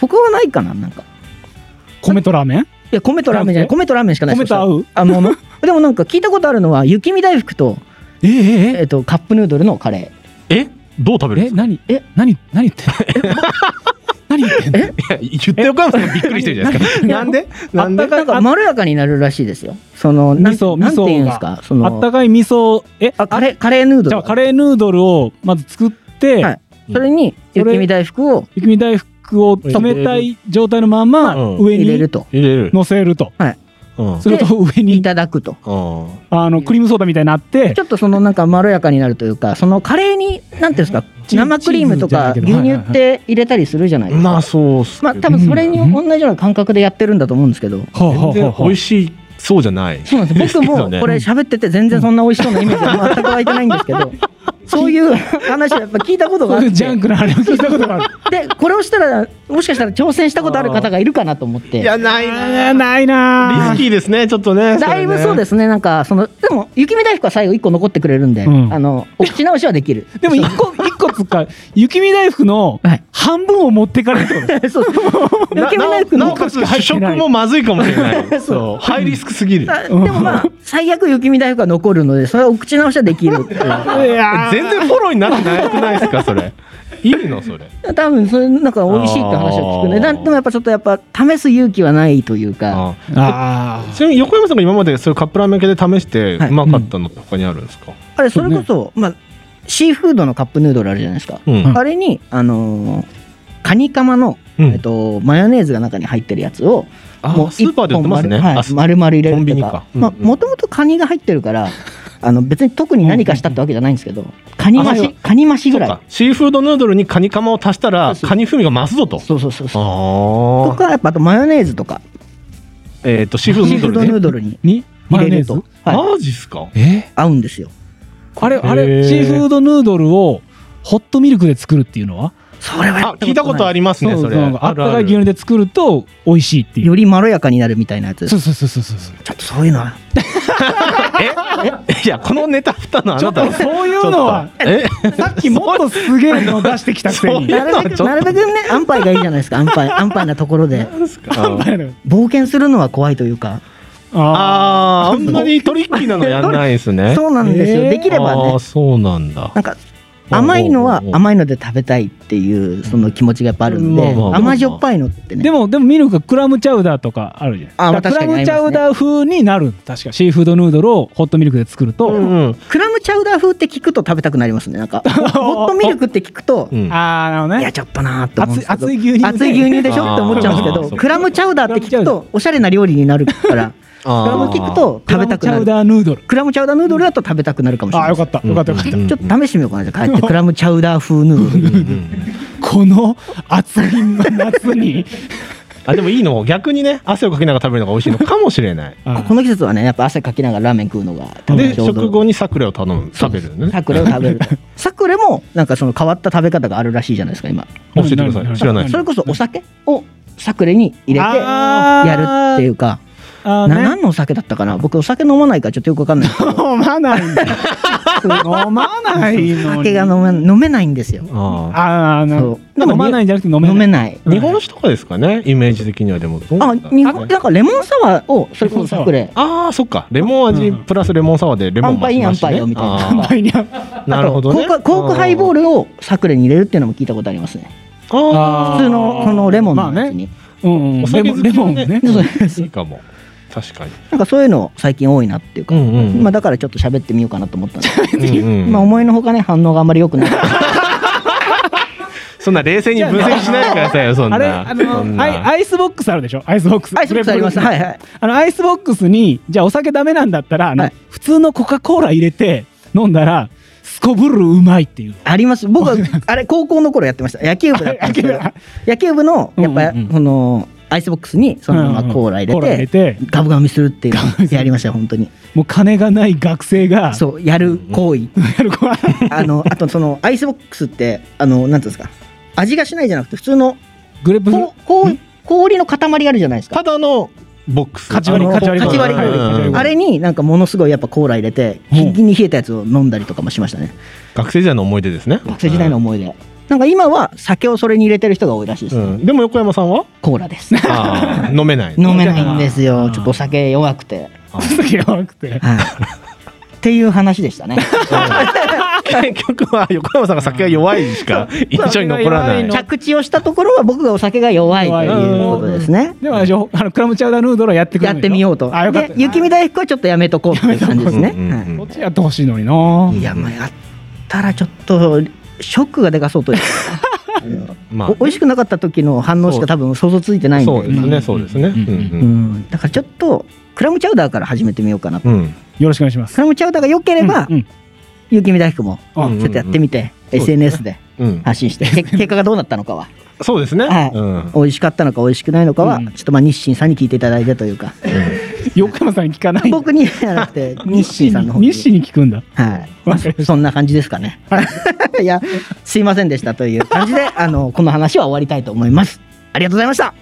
他はないかななんか米とラーメンいや米とラーメンじゃない米とラーメンしかない米と合うあものでもなんか聞いたことあるのは雪見大福と,、ええええっとカップヌードルのカレーえどう食べるんでえすか何え何何言ってんの 何言ってんのいや言ってよかんさんがびっくりしてるじゃな いですかなんでなんであったなんかまろやかになるらしいですよ。そのなん味噌なんて味噌が言うんですか。そのあったかい味噌えあカレーカレーヌードル。じゃあカレーヌードルをまず作って、はいそれに雪見大福を雪見大福を冷たい状態のままうん上入れにると。入れる乗せると、はいうん。すると上いにただくと。うん。あのクリームソーダみたいになってちょっとそのなんかまろやかになるというか、そのカレーに、なんていうんですか、チー生クリームとかチ牛ーズみたいな乳って入れたりするじゃないですまかあ。そうっすけまどあ多分それに同じような感覚でやってるんだと思うんですけど。ほうほう全ほう然ほ美う味しいそうじゃない。そうなんです僕もねこれ喋ってて全然そんな美味しそうなイメージは全く湧いてないんですけど、そういう話はやっぱ聞いたことそがあっういてう、 ジャンクなあれを聞いたことがあるで、これをしたら、もしかしたら挑戦したことある方がいるかなと思って。いやないえなー。 ないなリスキーですねちょっとね。。だいぶそうですすね、なんか、その、でも、雪見大福は最後一個残ってくれるんで、うんあの、お口直しはできる。でも一個一個つうか雪見大福のはい半分を持ってかれるってことそう そう。な雪見大福なおのかつ主食もまずいかもしれない。そうハイリスクすぎる。あでもまあ、最悪雪見大福は残るので、それはお口直しはできるって いう。 いやー全然フォローになってなくないですかそれ。いいのそれ。多分、それ、なんか美味しいって話は聞くね。あだーでもやっぱちょっとやっぱ、試す勇気はないというか、ああちなみに横山さんが今までそういうカップラーメン系で試してはいうまかったのって他にあるんですか。あれ、それこそ、まあ、シーフードのカップヌードルあるじゃないですか。うん。あれに、あのーカニカマの、うんえっと、マヨネーズが中に入ってるやつを、あもうスーパーで売ってますね一本丸あはい、丸々入れるとかコンビニかうんまあ、もともとカニが入ってる から、あの、別に特に何かしたってわけじゃないんですけど、カニ増あそうしか、カニ増しぐそうらい。か。シーフードヌードルにカニカマを足したらそうそうカニ風味が増すぞと。そうそうそうそう。とああ。か、やっぱあとマヨネーズとか、えっとシーフードシヌーーフドールドヌードルね。にーにマ入れヨネーるズと、はい、マジっすか。え合うんですよ。あれあへれーシーフードヌードルをホットミルクで作るっていうのはそれはやあったことない聞いたことありますねそうそれ。そうあったるかるい牛乳で作ると美味しいっていうよりまろやかになるみたいなやつ。ちそょうそうそうそうそうっとそういうのは。いや、このネタ二のあちょなったとそういうのはちょっと えさっきもっとすげえの出してきたくせにそうなるべく、なるべくね、安牌がいいじゃないですか、安牌、安牌なところで。 冒険するのは怖いというか。ああーあんまりトリッキーなのやんないですね。そうなんですよ。えーできればあねー、そうなんだ。なんか甘いのはおうおうおう甘いので食べたいっていうその気持ちがやっぱあるんでうんまあまあまあ甘じょっぱいのってでねもでもミルクはクラムチャウダーとかあるじゃんあまあだから確かにクラムチャウダー風になる確かシーフードヌードルをホットミルクで作ると、うんうん。クラムチャウダー風って聞くと食べたくなりますねなんかホットミルクって聞くとうんああなるほどいねやちょっとなーって思うんですけど熱い熱い牛乳ね熱い牛乳でしょって思っちゃうんですあーけそどっかクラムチャウダーって聞くとおしゃれな料理になるからクラム聞くと食べたくなクラムチャウるダーヌードルクラムチャウダーヌードルだと食べたくなるかもしれああないよかったうんよかったよかった、うんちょっと試してみようかなじゃあ帰ってクラムチャウダー風ヌードルこの暑い夏にあ、でもいいの、逆にね、汗をかきながら食べるのが美味しいのかもしれない。あ この季節はねやっぱ汗かきながらラーメン食うのが多分で、ちょう食ど後にサクレを頼む、食べるのね。サクレを食べるとサクレもなんかその変わった食べ方があるらしいじゃないですか今教えてください。知らないですそ。れこそお酒をサクレに入れてあーやるっていうか、あーなね何のお酒だったかな僕お酒飲まないからちょっとよくわかんないですけど飲まない んだ飲まないのに酒が飲め飲めないんですよあああなるほそうでども飲まないんじゃなくて飲め飲めないないー日本酒とかですかね、イメージ的にはでも。どうなあんだろう日本なんかレモンサワーをそれこそサクレあー、そっか、レモン味プラスレモンサワーでレモン増しましてねアンパインアンパインよみたいなあー乾杯に合うなるほどね。あとコークコークハイボール。ルをサクレに入れるっていうのも聞いたことありますねああー普通のこのレモンのまあやつねに、うんうんおレ酒モ好ンレきモンねそうあ、いいかも。確かに。なんかそういうの最近多いなっていうか、うんうんうんまあ、だからちょっと喋ってみようかなと思ったんですけどうんう んまあ思いのほかね反応があんまり良くないそんな冷静に分析しないでくださいよ、そんな。あれあそんのなアイアイスボックスあるでしょアイスボックスアイスボックスありますグレープフルーツはいはいあのアイスボックスにじゃあお酒ダメなんだったら、あのはい普通のコカ・コーラ入れて飲んだらすこぶるうまいっていうあります僕はあれ高校の頃やってました野球部だったんですけど あ野球野球部のやっぱ、うんうんうんそのアイスボックスにそのままコーラ入れて,、うんうんコーラ入れてガブガブにするっていうやりましたよ本当にもう金がない学生がそうやる行為やる 子はあのあとそのアイスボックスってあのなんていうんですか味がしないじゃなくて普通のグレープフ ルーこうこう氷の塊あるじゃないですかただのボックス。カチ割りあのカチ割りカチ割りカチ割りカうんチ割りあれになんかものすごいやっぱコーラ入れてうんキンキンに冷えたやつを飲んだりとかもしましたね学生時代の思い出ですね。学生時代の思い出なんか今は酒をそれに入れてる人が多いらしいです、うん。でも横山さんはコーラですあー飲めない。飲めないんですよちょっとお酒弱くてツが弱くてはい。っていう話でしたね。結局は横山さんが酒が弱いしか印象に残らない。うん着地をしたところは僕がお酒が弱いということですね。でもあれでしょあのクラムチャウダーヌードルはやってくれやるっんてでしょみようと。あよかったで、雪見大福はちょっとやめとこうっていう感じですね。うんうんうんはこっちやってほしいのにないいや、まあ、やったらちょっと、ショックがでかそうというかまお美味しくなかった時の反応しか多分想像ついてないんそうでです今ね、そうですね。うんう。んだからちょっとクラムチャウダーから始めてみようかなとうんうんよろしくお願いします。クラムチャウダーが良ければうんうん雪見大福もちあょっとやってみて SNS でうん。発信 してけ結果がどうなったのかはそうですね。はいうん。美味しかったのか美味しくないのかはうんちょっとまあ日清さんに聞いていただいてというか横山さんに聞かない。僕にじゃなく て日清さんの方に日清に聞くんだ。はいわかりましたそんな感じですかね いやすいませんでしたという感じ であのこの話は終わりたいと思いますありがとうございました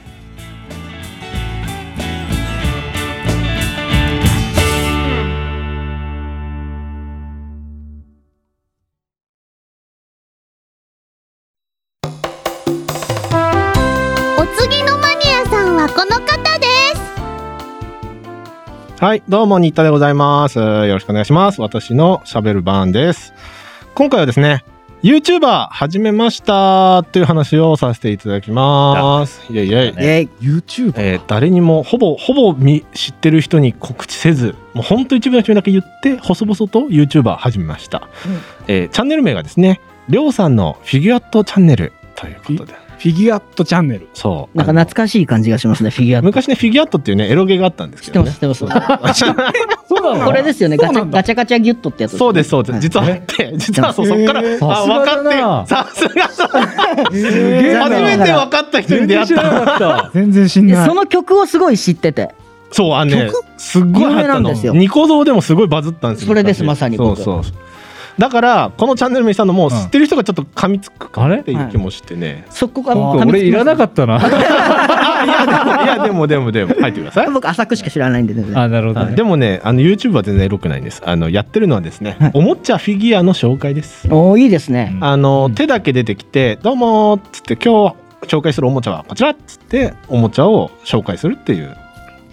お次のマニアさんはこの方ですはい、どうも、新田でございます。よろしくお願いします。私の喋る番です。今回はですね、YouTuber 始めましたという話をさせていただきます。イェイイェイェイ。イ YouTube。えー誰にもほぼほぼみ知ってる人に告知せずもうほんと一部の人にだけ言って細々と YouTuber 始めました、うんえーチャンネル名がですねりょうさんのフィギュアットチャンネルということでフィギュアットチャンネル。そうなんか懐かしい感じがしますねフィギュアあのット昔ねフィギュアットっていうねエロゲがあったんです知っけてどまねす知ってますそうなのこれですよねそガうチなんャだガチャガチャギュッとってやつそうですそうです、はい実はあって実はそうそっから、えーあさすが分だかっなてさすがだすえげえな初めて分かった人に出会ったた。全然知んでない。その曲をすごい知っててそうあのねすっごい流行っ有名なたんのですよニコ動でもすごいバズったんですよそれです昔まさにそう僕そうだからこのチャンネル名にしたのも知ってる人がちょっと噛みつくかあれっていう気もしてね、そこがなんか俺いらなかったな。いやでもでもでも入ってください僕浅くしか知らないんで全然あ、なるほどはいね。でもねあの YouTube は全然エロくないんですあのやってるのはですね、はいおもちゃフィギュアの紹介ですおーいいですねあの、うん手だけ出てきて「どうも」っつって今日紹介するおもちゃはこちらっつっておもちゃを紹介するっていう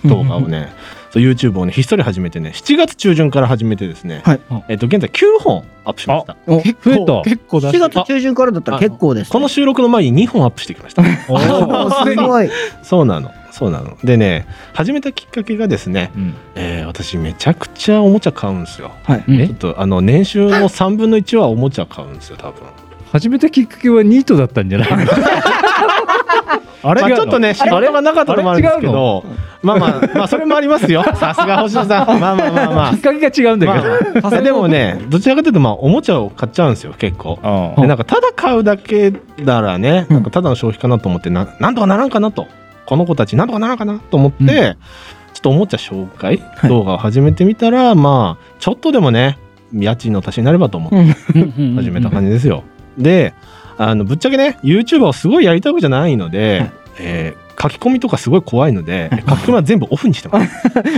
動画をねそう YouTube をねひっそり始めてね7月中旬から始めてですね、はいえっと現在9本アップしましたお結構増えた結構出7して月中旬からだったら結構ですこの収録の前に2本アップしてきましたおお ーーすすでに。ごいそうなのそうなのでね始めたきっかけがですね、えー私めちゃくちゃおもちゃ買うんですよはいうんちょっとあの年収の3分の1はおもちゃ買うんですよ多分始めたきっかけはニートだったんじ ゃないあまあ、ちょっとねね仕事がなかったのもあるんですけどまあまあまあそれもありますよさすが星野さんまあまあまあまあきっかけが違うんだけど、まあ、でもねどちらかというとまあおもちゃを買っちゃうんですよ結構あでなんかただ買うだけならねうんなんかただの消費かなと思ってななんとかならんかなとこの子たちなんとかならんかなと思って、うんちょっとおもちゃ紹介い動画を始めてみたら、まあちょっとでもね家賃の足しになればと思って始めた感じですよ。であのぶっちゃけね YouTuber をすごいやりたいわけじゃないので、はいえー書き込みとかすごい怖いので、書き込みは全部オフにしてます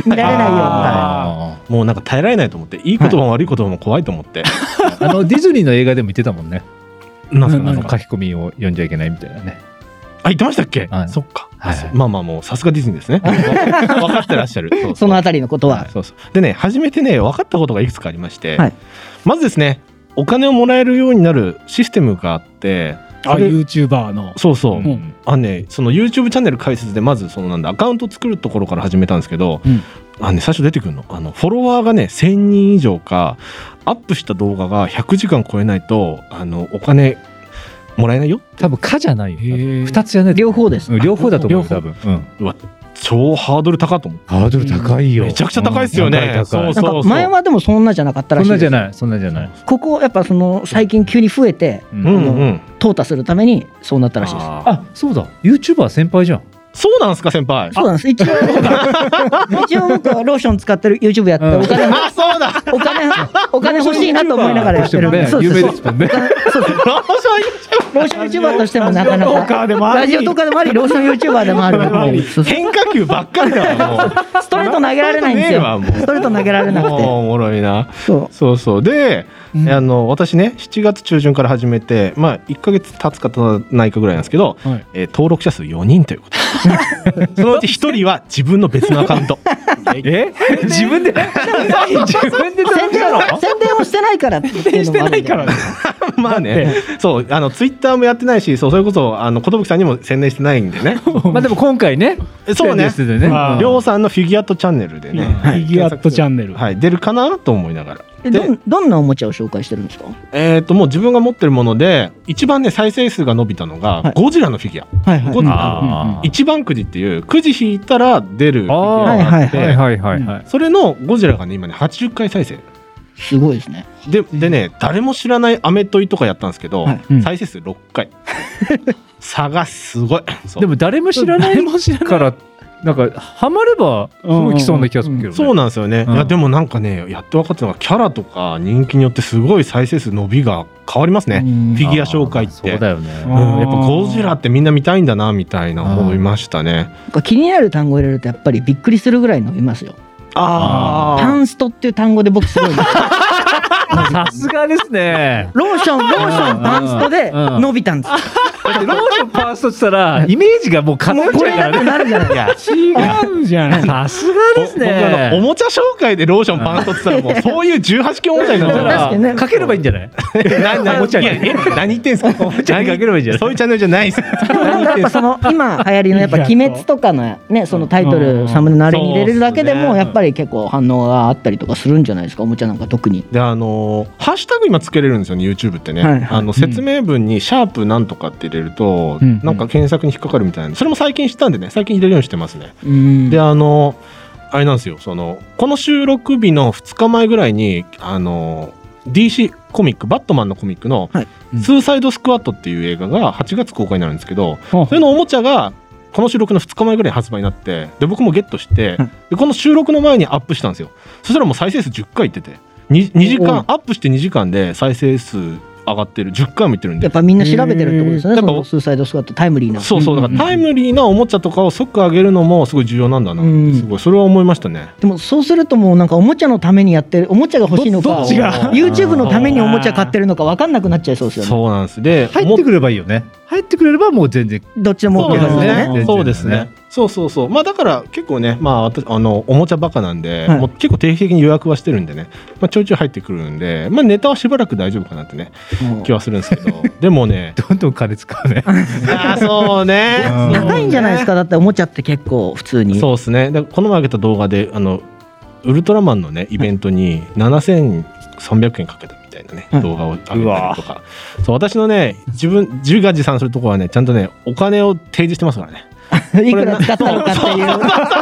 見られないよはあもうなんか耐えられないと思っていいことも悪いことも怖いと思って、ーあのディズニーの映画でも言ってたもんねなんすあかなんのすか書き込みを読んじゃいけないみたいなねあ言ってましたっけ、はいそっか、はいはいまあまあもうさすがディズニーですね 分かってらっしゃるそういそのあたりのことはそうそうでね初めてね分かったことがいくつかありまして、はいまずですねお金をもらえるようになるシステムがあってあ YouTuber のそうそう、うんうんあのねその YouTube チャンネル開設でまずそのなんだアカウント作るところから始めたんですけど、うんあのね最初出てくるのあのフォロワーがね1,000人以上かアップした動画が100時間超えないとあのお金もらえないよ多分「か」じゃないよへー2つじゃない両方ですうん両方だと思うよ両多分、うん、超ハードル高いと思ってハードル高いよめちゃくちゃ高いですよねうん高い高いなんそうかそう前はでもそんなじゃなかったらしそいんなでじゃすないそんなじゃない、ここやっぱその最近急に増えてうんうんのうん淘汰するためにそうなったらしいですあーあそうだ YouTuber 先輩じゃんそうなんですか先輩そうなんです一応一応僕はローション使ってる YouTube やってうんお金もあそうだお金お金欲しいなと思いながらやってるんでねそう有です名そうでですそすもんねうですローション YouTuber としてもなかなラジオトーカかーでもありラジオとかでもありローション YouTuber でもあるそうそう変化球ばっかりだ わもうストレート投げられないんですよスストレート投げられなくてもうおもろいなそそうそうで、うんあの私ね7月中旬から始めてまあ1か月経つか経たないかぐらいなんですけど、はいえー登録者数4人ということ そのうち1人は自分の別のアカウント え 自分で自分でう宣頼んだの伝宣伝をしてないからっていうのもあるんでまあねそうあのツイッターもやってないしそうそれこそあの寿さんにも宣伝してないんで ねまあでも今回ねそうね出演ですよねりょうさんのフィギュアットチャンネルでね、フィギュアットチャンネルはい、出るかなと思いながらえどんどんなおもちゃを紹介してるんですかえっ、ともう自分が持ってるもので一番ね再生数が伸びたのが、はいゴジラのフィギュアはいはいゴジラあ一番くじっていうくじ引いたら出るフィギュアがあって、ーはいはいはいはい。それのゴジラがね今ね80回再生すごいですねででね誰も知らないアメトイとかやったんですけど、はいうん再生数6回 差がすごいそうでも誰も知らないから、なんか、ハマれば、すごい来そうな気がするけどね。そうなんですよね、うんいやでもなんかねやっと分かったのがキャラとか人気によってすごい再生数伸びが変わりますね、うんフィギュア紹介ってあーそうだようんね。あーやっぱゴジラってみんな見たいんだなみたいな思いましたねなんか気になる単語を入れるとやっぱりびっくりするぐらい伸びますよあパンストっていう単語で僕すごいさすがですね。ローションローションパンストで伸びたんですだってローションパーストしたら、イメージがもうもう偏っこちれゃうだってかなるじゃないや違うじゃらんね。。さすがです僕あのおね。もちゃ紹介でローションパンストって言ったらもうそういう18禁おもちゃになるだかから 確らかにねら、かければいいんじゃない何おもちゃに何言ってんすかおもちゃにかければいいんじゃないそういうチャンネルじゃないっすなんかやっぱその今流行りのやっぱ「鬼滅」とかのねそのタイトルサムネのあれに入れれるだけでそうっすもねやっぱり結構反応があったりとかするんじゃないですかおもちゃなんか特に。であのーハッシュタグ今つけれるんですよね YouTube ってね、はいはいあの説明文に「シャープなんとか」って入れると、うんなんか検索に引っかかるみたいなそれも最近知ったんでね最近入れるようにしてますね、うんであのーあれなんですよそのこの収録日の2日前ぐらいにあのー DC コミックバットマンのコミックのはい「スーサイドスクワット」っていう映画が8月公開になるんですけど、ほうそれのおもちゃがこの収録の2日前ぐらいに発売になってで僕もゲットしてうんでこの収録の前にアップしたんですよそしたらもう再生数10回いってて 2, 時間アップして2時間で再生数上がってる10回もいってるんやでっぱみんな調べてるってことですよねへーそのスーサイドスクワットタイムリーな。そうそうだからタイムリーなおもちゃとかを即上げるのもすごい重要なんだなってすごいそれは思いましたねでもそうするともうなんかおもちゃのためにやってるおもちゃが欲しいのどかどっちが YouTube のためにおもちゃ買ってるのか分かんなくなっちゃいそうですよね。そうなんですで入ってくればいいよね。入ってくれればもう全然。どっちでもそう OK でなんすですよね。ね。そうですね。そうそうそう。まあだから結構ね、まあ私あのおもちゃバカなんで、はいもう結構定期的に予約はしてるんでね、まあちょいちょい入ってくるんで、まあネタはしばらく大丈夫かなってねうん気はするんですけ ど、でもね、どんどん金使う ね。あそうね。うん高いんじゃないですか。かだっておもちゃって結構普通に。そうですね。でこの前上げた動画であのウルトラマンのねイベントに7300円かけたみたいなね、はい動画を上げたりとか、そう私のね自分自画自賛するところはねちゃんとねお金を提示してま すからね。いくら使ったのかっていう。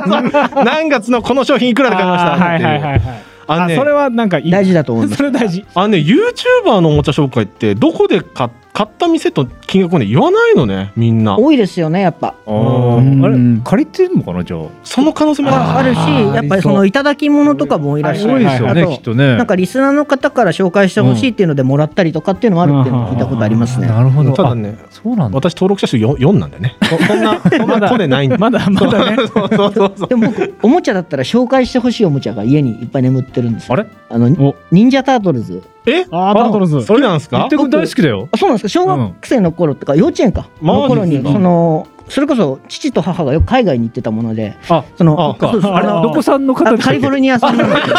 何月のこの商品いくらで買いましたあーはいはいっていうはいはい。あのあ、ねそれはなんかいい。大 事だと思いますそ。れ大事。あのね YouTuber のおもちゃ紹介ってどこで買買った店と金額をね言わないのねみんな多いですよねやっぱ。ああれ借りてんのかなじゃあ。その可能性もあああるるしあーやっぱりそあのいただき物とかもいらっしすゃごるいですよあねときっとね。なんかリスナーの方から紹介してほしいっていうのでもらったりとかっていうのもあるっていうのを聞いたことありますね。なるほど。ただねあそうなんだ。私登録者数 4, 4なんでねここんなこんなコネないんでまだまだね。 そうそうそうそうでも僕おもちゃだったら紹介してほしいおもちゃが家にいっぱい眠ってるんですよ。あれあのお忍者タートルズ。えあー、タートルズ。それなんです伊か藤君大好きだよ。あそうなんですか小学生の頃とか幼稚園か、マジっすかの頃にそのそれこそ父と母がよく海外に行ってたものであそあのあそうそうあれどこさんの方あでしたカっリけフォルニア産なんですよ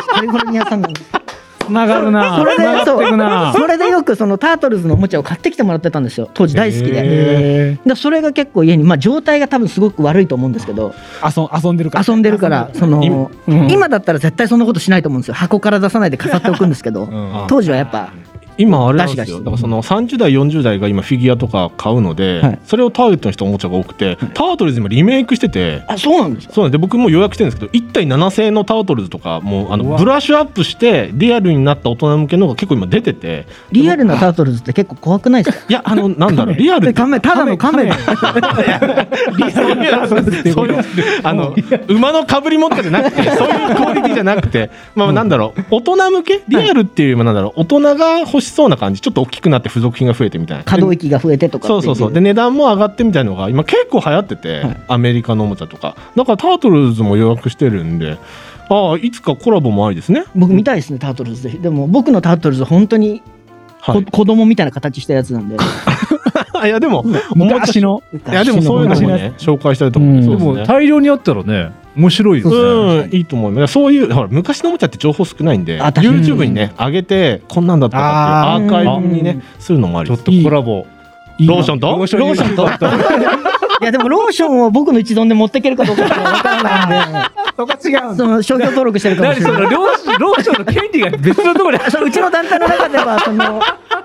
カリフォルニア産なんですつながるな。それつなでがそってくうな。それでよくそのタートルズのおもちゃを買ってきてもらってたんですよ当時大好きで。へでそれが結構家に、まあ、状態が多分すごく悪いと思うんですけどー遊ん遊んでるから。遊んでるからその、うん今だったら絶対そんなことしないと思うんですよ箱から出さないで飾っておくんですけうど、ん当時はやっぱ今あれなんです確かよにだからその30代40代が今フィギュアとか買うので、はいそれをターゲットにしたおもちゃが多くて、タートルズ今リメイクしててあそうなんですかそうなんですで僕もう予約してるんですけど1体7000円のタートルズとかもうあうのわブラッシュアップしてリアルになった大人向けのが結構今出ててリアルなタートルズって結構怖くないですかいやあのなんだろうリアル でカメただのカメそういうそういうあの馬のかぶり物とかじゃなくてそういうクオリティじゃなくてまあなんだろう大人向けリアルっていうよりもなんだろう大人が欲しそうな感じちょっと大きくなって付属品が増えてみたいな可動域が増えてとかってそいううそうそうで値段も上がってみたいのが今結構流行ってて、はいアメリカのおもちゃとかだからタートルズも予約してるんでああいつかコラボもありですね僕見たいですねタートルズででも僕のタートルズ本当にこ、はい子供みたいな形したやつなんであ いやでも昔の。いやでもそういうのもね紹介したいと思うでんですよもね大量にあったらね面白いよね。うん、いいと思います。そういう、ほら、昔のおもちゃって情報少ないんで、あ確かに YouTube にね、上げて、こんなんだったかっていうアあーーカイブにね、するのもありちょでっす。とコラボ。ローションとローションと。いやでもローションを僕の一存で持っていけるかどうかわからないんで そこ違うその商標登録してるかも何しれそないの両親ローションの権利が別のところにあそのうちの団体の中ではその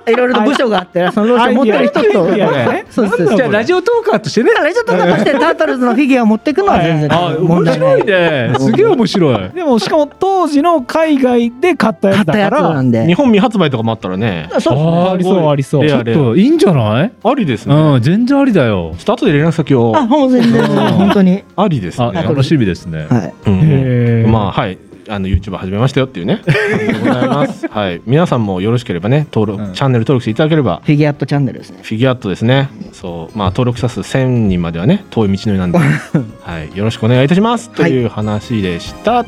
いろいろと部署があってそのローション持ってる人といやいやねそうですそうですじゃあラジオトーカーとしてねだからちょっとなんとしてタートルズのフィギュアを持っていくのは全然あ問面題白ないいねすげえ面白いでもしかも当時の海外で買ったや買つっただかやつならん日で本未発売とかもあったらねそうですねあありそうありそうレちょアっレアといいんじゃないありですねうん全然ありだよちょっと後で連絡先をあもう全然本当にありですあね楽しみですねはいうんへーまあはいあの YouTube 始めましたよっていうねありがとうございますはい皆さんもよろしければね登録、うんチャンネル登録していただければフィギュアットチャンネルですねフィギュアットですねそうまあ登録者数1000人まではね遠い道のりなんで、はい、よろしくお願いいたしますという話でした、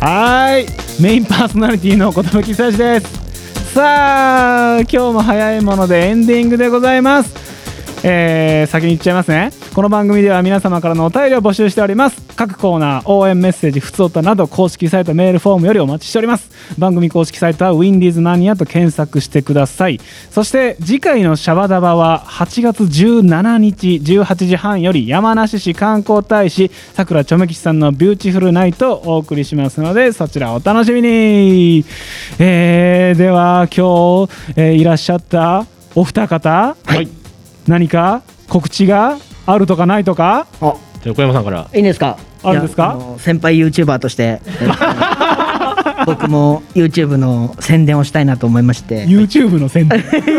はーいメインパーソナリティの寿久志ですさあ今日も早いものでエンディングでございますえー先に言っちゃいますねこの番組では皆様からのお便りを募集しております各コーナー応援メッセージふつおたなど公式サイトメールフォームよりお待ちしております番組公式サイトはウィンディーズマニアと検索してくださいそして次回のシャバダバは8月17日18時半より山梨市観光大使さくらちょめきちさんのビューティフルナイトをお送りしますのでそちらお楽しみに、えーでは今日、えーいらっしゃったお二方はい何か告知があるとかないとかあじゃあ小山さんからいいんですかあるんですかいやの先輩 YouTuber としてえ ー僕も YouTube の宣伝をしたいなと思いまして YouTube の宣伝そうです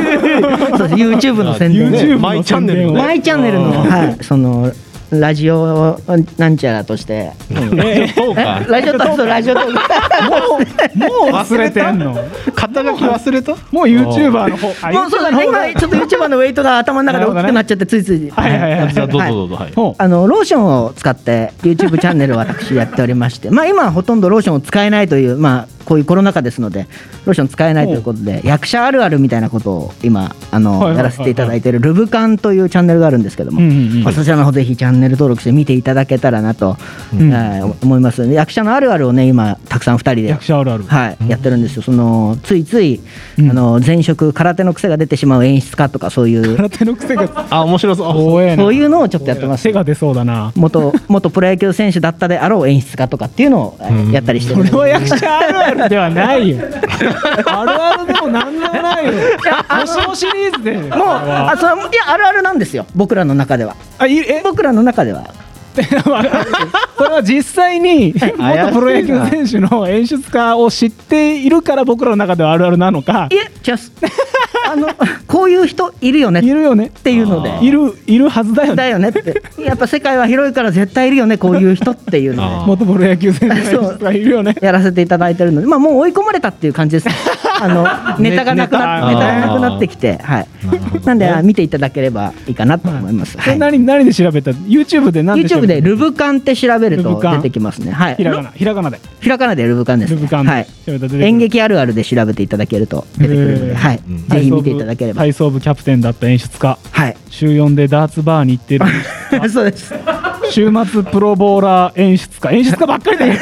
YouTube の宣伝ね YouTube マのイチャ宣ンネル伝のをねマイチャンネルの、はい、そのラジオなんちゃらとして、ラ ジオトーえカーラジオトークラジオトーもう忘れてんの肩書き忘れたもう YouTuber の方 あクもうそうだね YouTuber の方が今ちょっと YouTuber のウェイトが頭の中で大きくなっちゃってついつい、はいはいはいじゃあどうぞどうぞはい、ほうあのローションを使って YouTube チャンネルを私やっておりまして、 まあ、今はほとんどローションを使えないという、まあ、こういうコロナ禍ですのでローション使えないということで役者あるあるみたいなことを今あはいはいはいのはいやらせていただいているルブカンというチャンネルがあるんですけども、うんうんうんまあ、そちらの方ぜひチャンネル登録して見ていただけたらなと、んはい思います役者のあるあるをね今たくさん2人で役者あるあるはい、やってるんですよ。そのついつい、うんあの前職空手の癖が出てしまう演出家とかそういう 空手の癖があ面白そう怖えなそういうのをちょっとやってます背。が出そうだな元元プロ野球選手だったであろう演出家とかっていうのをえーやったりしてる これは役者あるあるではないよあるあるでもなんでもないよもしもシリーズでもうあそれはいやあるあるなんですよ。僕らの中ではあいえ僕らの中ではわかるそれは実際に元プロ野球選手の演出家を知っているから僕らの中ではあるあるなのかいえチャスあのこういう人いるよねいっるよねていうのでいるいるはずだよだねよねってやっぱ世界は広いから絶対いるよねこういう人っていうのであー元プロ野球選手の演出家いるよねやらせていただいてるので、まあ、もう追い込まれたっていう感じです。あの、ネタがなくなっネネタタがなくなってきて、はい。なんで、あ見ていただければいいかなと思います。そはれい。何何で調べた YouTube で何で調 YouTube べたでルブカンって調べるルとブカン出てきますね。はい。ひらがなひらがなでひらがなでルブカンです、ルね。ブカンはい。調べたら出てくる演劇あるあるで調べていただけると出てくるのへーで、はい。うんぜひ見ていただければ。体操部体操部キャプテンだった演出家はい。週4でダーツバーに行っ てるそうです。 週末プロボーラー演出家演出家ばっかりだよ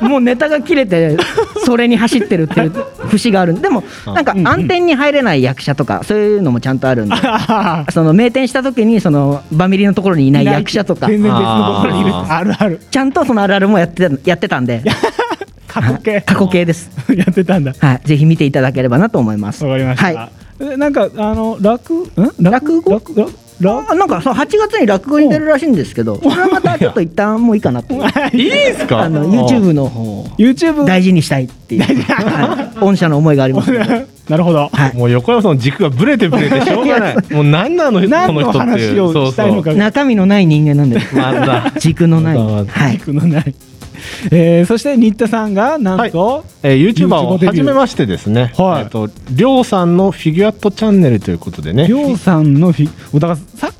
もうネタが切れて、それに走ってるって いう節があるんで。でも、なんか暗転に入れない役者とか、そういうのもちゃんとあるんで。あその名店した時にそのバミリのところにいない 役者とか全然別のところにいるああるあるちゃんとそのあるあるもやってたやってたんで過去 形過去形ですやってたんだはいぜひ見ていただければなと思いますわかりました。はいえなんかあの落ん落語落落落あなんかそう8月に落語に出るらしいんですけどそれはまたちょっと一旦もういいかなといいですかあの YouTube の方を YouTube 大事にしたいっていう、はい、御社の思いがありますのでなるほど。はいもう横山さんの軸がブレてブレてしょうがない。もう何なのこ何のの人ってい話う。をしたいのかが中身のない人間なんでまだ。 軸のないまだはい軸のない。えーそして新田さんがなんとえー、ユーチューバーを YouTuber デビュー初めましてですね。はいえっ、とりょうさんのフィギュアットチャンネルということでね。りょうさんのフィだからさ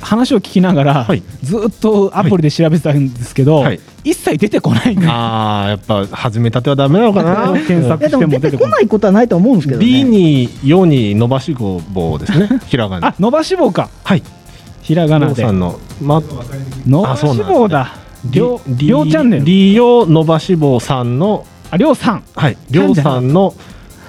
話を聞きながら、はいずっとアプリで調べてたんですけど、はい一切出てこないんだああやっぱ始めたてはダメなのかな 検索いやでしてもも出出ててここないないことはないと思うんですけど、ね、 B に4に伸ばしごぼうで すねひらがなあ伸ばし棒かはいひらがなうでさんの、ま、伸ばしあそうなんです棒ねだり両り両チャンネルりよ伸ばし棒さんのあ両さんはいりょうさんの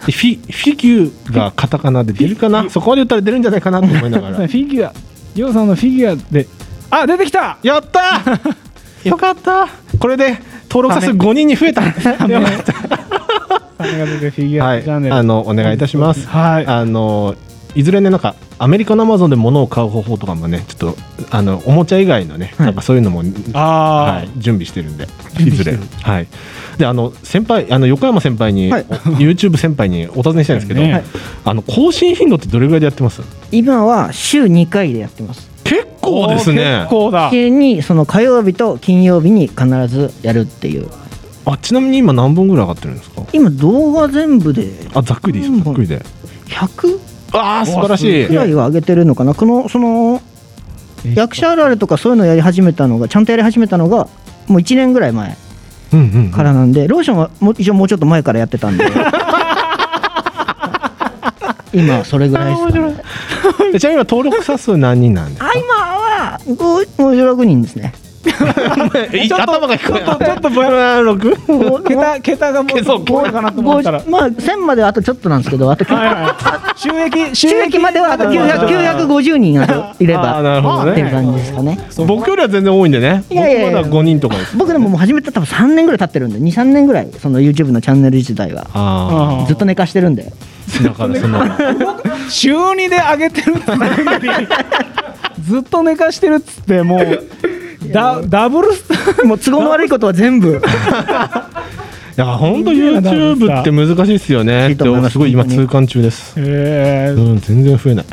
フィフィギュアがカタカナで出る かなそこまで言ったら出るんじゃないかなと思いながフ らィギュア両さんのフィギュアであ出てきたやったーよかったこれで登録者数5人に 増えたよかったサメが出てフィギュはアいチャンネルあのお願いいたしますはいあのいずれねなんかアメリカのアマゾンで物を買う方法とかもねちょっとあのおもちゃ以外のね、なんかそういうのも、あはい、準備してるんで準備しいずてるれはいであの先輩あの横山先輩に、はい YouTube 先輩にお尋ねしたいんですけど、ねはいあの更新頻度ってどれぐらいでやってます今は週2回でやってます結お構ーですね結構だ週にその火曜日と金曜日に必ずやるっていうあちなみに今何本ぐらい上がってるんですか今動画全部であざっくりですうんざっくりで100ああ素晴らしいくらいは上げてるのかなこのその役者あるあるとかそういうのやり始めたのがちゃんとやり始めたのがもう1年ぐらい前うんうんうんからなんで、ローションはもう一応もうちょっと前からやってたん で今それぐらいですか、ね、えちなみに今登録者数何人なんですあ今は56人ですねか頭が低いちょっとぼや76桁桁がもうそうどうかなと思ったら50まあ1000まではあとちょっとなんですけどあとはいはい収益収収益まではあと900 950人あといれあーばなるほどねっていう感じですかね僕よりは全然多いんでねいやいやいや僕まだ5人とかです僕でももう始めた多分3年ぐらい経ってるんで23年ぐらいその YouTube のチャンネル自体はあずっと寝かしてるんであだから その週2で上げてるっつってのにずっと寝かしてるっつってもうダダブルスタ ーもう都合の悪いことは全 部だから本当 YouTube って難しいですよねいいと思いますすごい今痛感中ですえうん全然増えない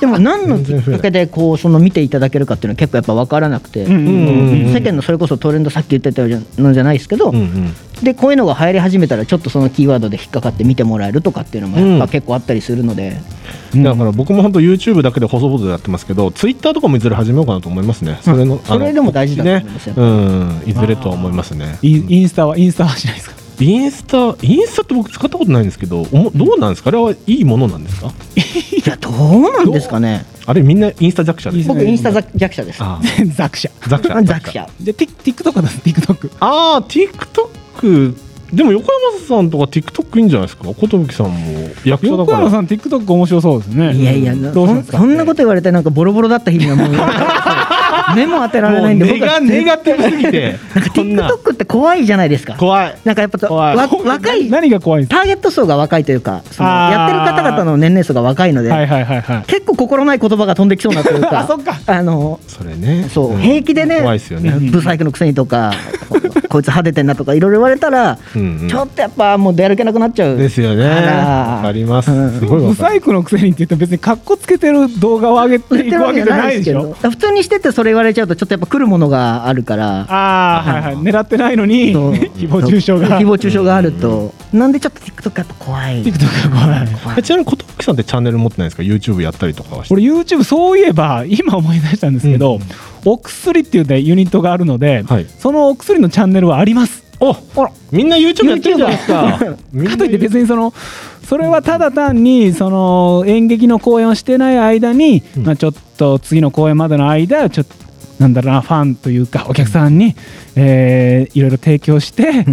でも何のきっかけでこうその見ていただけるかっていうのは結構やっぱ分からなくて、うんうんうん世間のそれこそトレンドさっき言ってたようなのじゃないですけど、うんでこういうのが流行り始めたらちょっとそのキーワードで引っかかって見てもらえるとかっていうのもやっぱ結構あったりするので、うんだから僕も本当 YouTube だけで細々とやってますけど Twitter とかもいずれ始めようかなと思いますねそれのそれでも大事だと思いますよあのねうんいずれとは思いますねインインスタはインスタはしないですか インスタインスタって僕使ったことないんですけどおもどうなんですかあれはいいものなんですかいやどうなんですかねあれみんなインスタ弱者です僕インスタ弱者ですあ作者あ弱者弱者で Tik- TikTok だ TikTok ああ TikTok でも横山さんとか TikTok いいんじゃないですか寿さんも役者だ横から山さん TikTok 面白そうですねいやいや、どそうしまんすかそんなこと言われてなんかボロボロだった日にはも う目も当てられないんでもうネガネはガティブすぎ てこんな TikTok って怖いじゃないですか怖いなんかやっぱと怖わい若い何が怖いんですターゲット層が若いというかそのあーやってる方々の年齢層が若いので、かはいはいはいはい結構心ない言葉が飛んできそうなというか あそっかあのそれねそう、ん平気でね怖いですよね、ブサイクのくせにと かこいつ派手てんなとかいろいろ言われたら、うんうんちょっとやっぱもう出歩けなくなっちゃうですよねあらわかります、うんすごいブわかサるイクのくせにって言って別にカッコつけてる動画を上げ売ってていくるわわけけじじゃゃなないいでですけしどょ普通にしててそれ言われちゃうとちょっとやっぱ来るものがあるからああはいはい狙ってないのにそう 誹謗中傷が誹謗中傷があると、なんでちょっと TikTok やっぱ怖い TikTok が怖いえちなみに寿さんってチャンネル持ってないですか YouTube やったりとかはして俺 YouTube そういえば今思い出したんですけど、うんお薬っていうねユニットがあるので、はいそのお薬のチャンネルはありますおみんな YouTube やってるじゃないですかかといってに別にそのそれはただ単にその演劇の公演をしてない間に、うんまあ、ちょっと次の公演までの間ちょっとなんだろうなファンというかお客さんに、えーいろいろ提供して、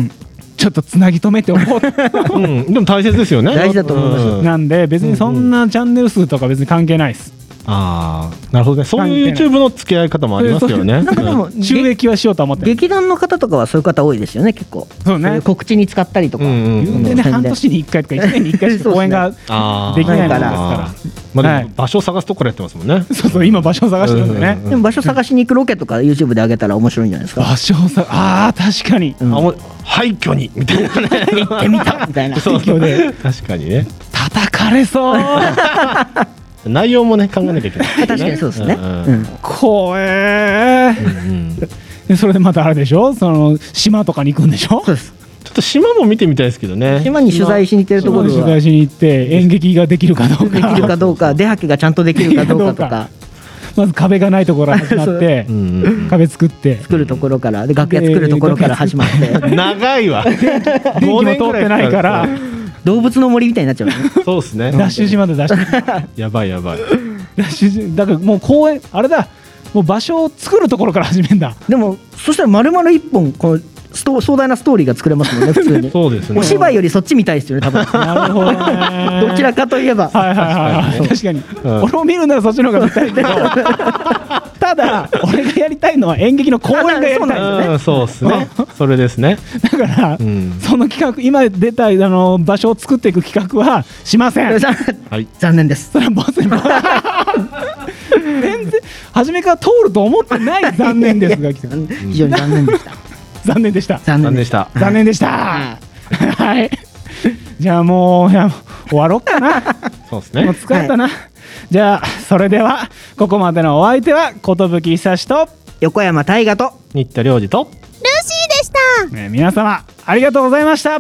ちょっとつなぎ止めておこうとうん、でも大切ですよね大事だと思いますようんなんで別にそんなチャンネル数とか別に関係ないです、ああなるほどねそういう関係 YouTube の付き合い方もありますよなねんかで も収益はしようとは思ってない劇団の方とかはそういう方多いですよね結構そうねい告知に使ったりとか、うんうん言う宣てね、伝半年に1回とか1年に1回しか公演があーできないもんですだから。まあ、ではいも場所を探すとこからやってますもんね。そうそう、今場所を探してるんでうんうんうね。んでも場所探しに行くロケとか YouTube で上げたら面白いんじゃないですか場所をさ、ああ、確かに。あもう廃墟にみたいなね。 行ってみたみたいなそう虚で確かにね。叩かれそう。内容もね考えなきゃいけない、 確かにそうですね、うんうん怖えー。うんちょでそれでまたあれでしょその、島とかに行くんでしょそうですっと島も見てみたいですけどね。島に取材しに行ってるそとここでろ取が材でしに行って、演劇ができるかどうきるか。かどうか出はけがちゃんとできるかどうかとかまず壁がないところから始まってう、んうん壁作って、作るところからで楽屋作るところから始まってうん長いわ電電気も通ってないから、動物の森みたいになっちゃうよねそうですねダッシュ島でダッシュ、やばいやばいダッシュ島だからもう公園、あれだ、もう場所を作るところから始めんだ。でもそしたら丸々一本このスト壮大なストーリーが作れますもんね普通にそうですねお芝居よりそっち見たいですよね多 分なるほどね。どちらかといえばはいはいはいはい、確かに、うん俺を見るならそっちの方が絶対いいけどただ俺がやりたいのは演劇の公演がやりたいあだうんそうですねそれですねから、うんその企画今出たあの場所を作っていく企画はしま せんそはい 残念ですれはボスに全然初めから通ると思ってない残念ですが非常に残念でした残念でした残残念念ででししたた残念でしたはいじゃあもういや終わろうかなそうですもうね疲れたな、じゃあそれではここまでのお相手は寿久志と横山大河と新田良二とルーシーでしたえー皆様ありがとうございました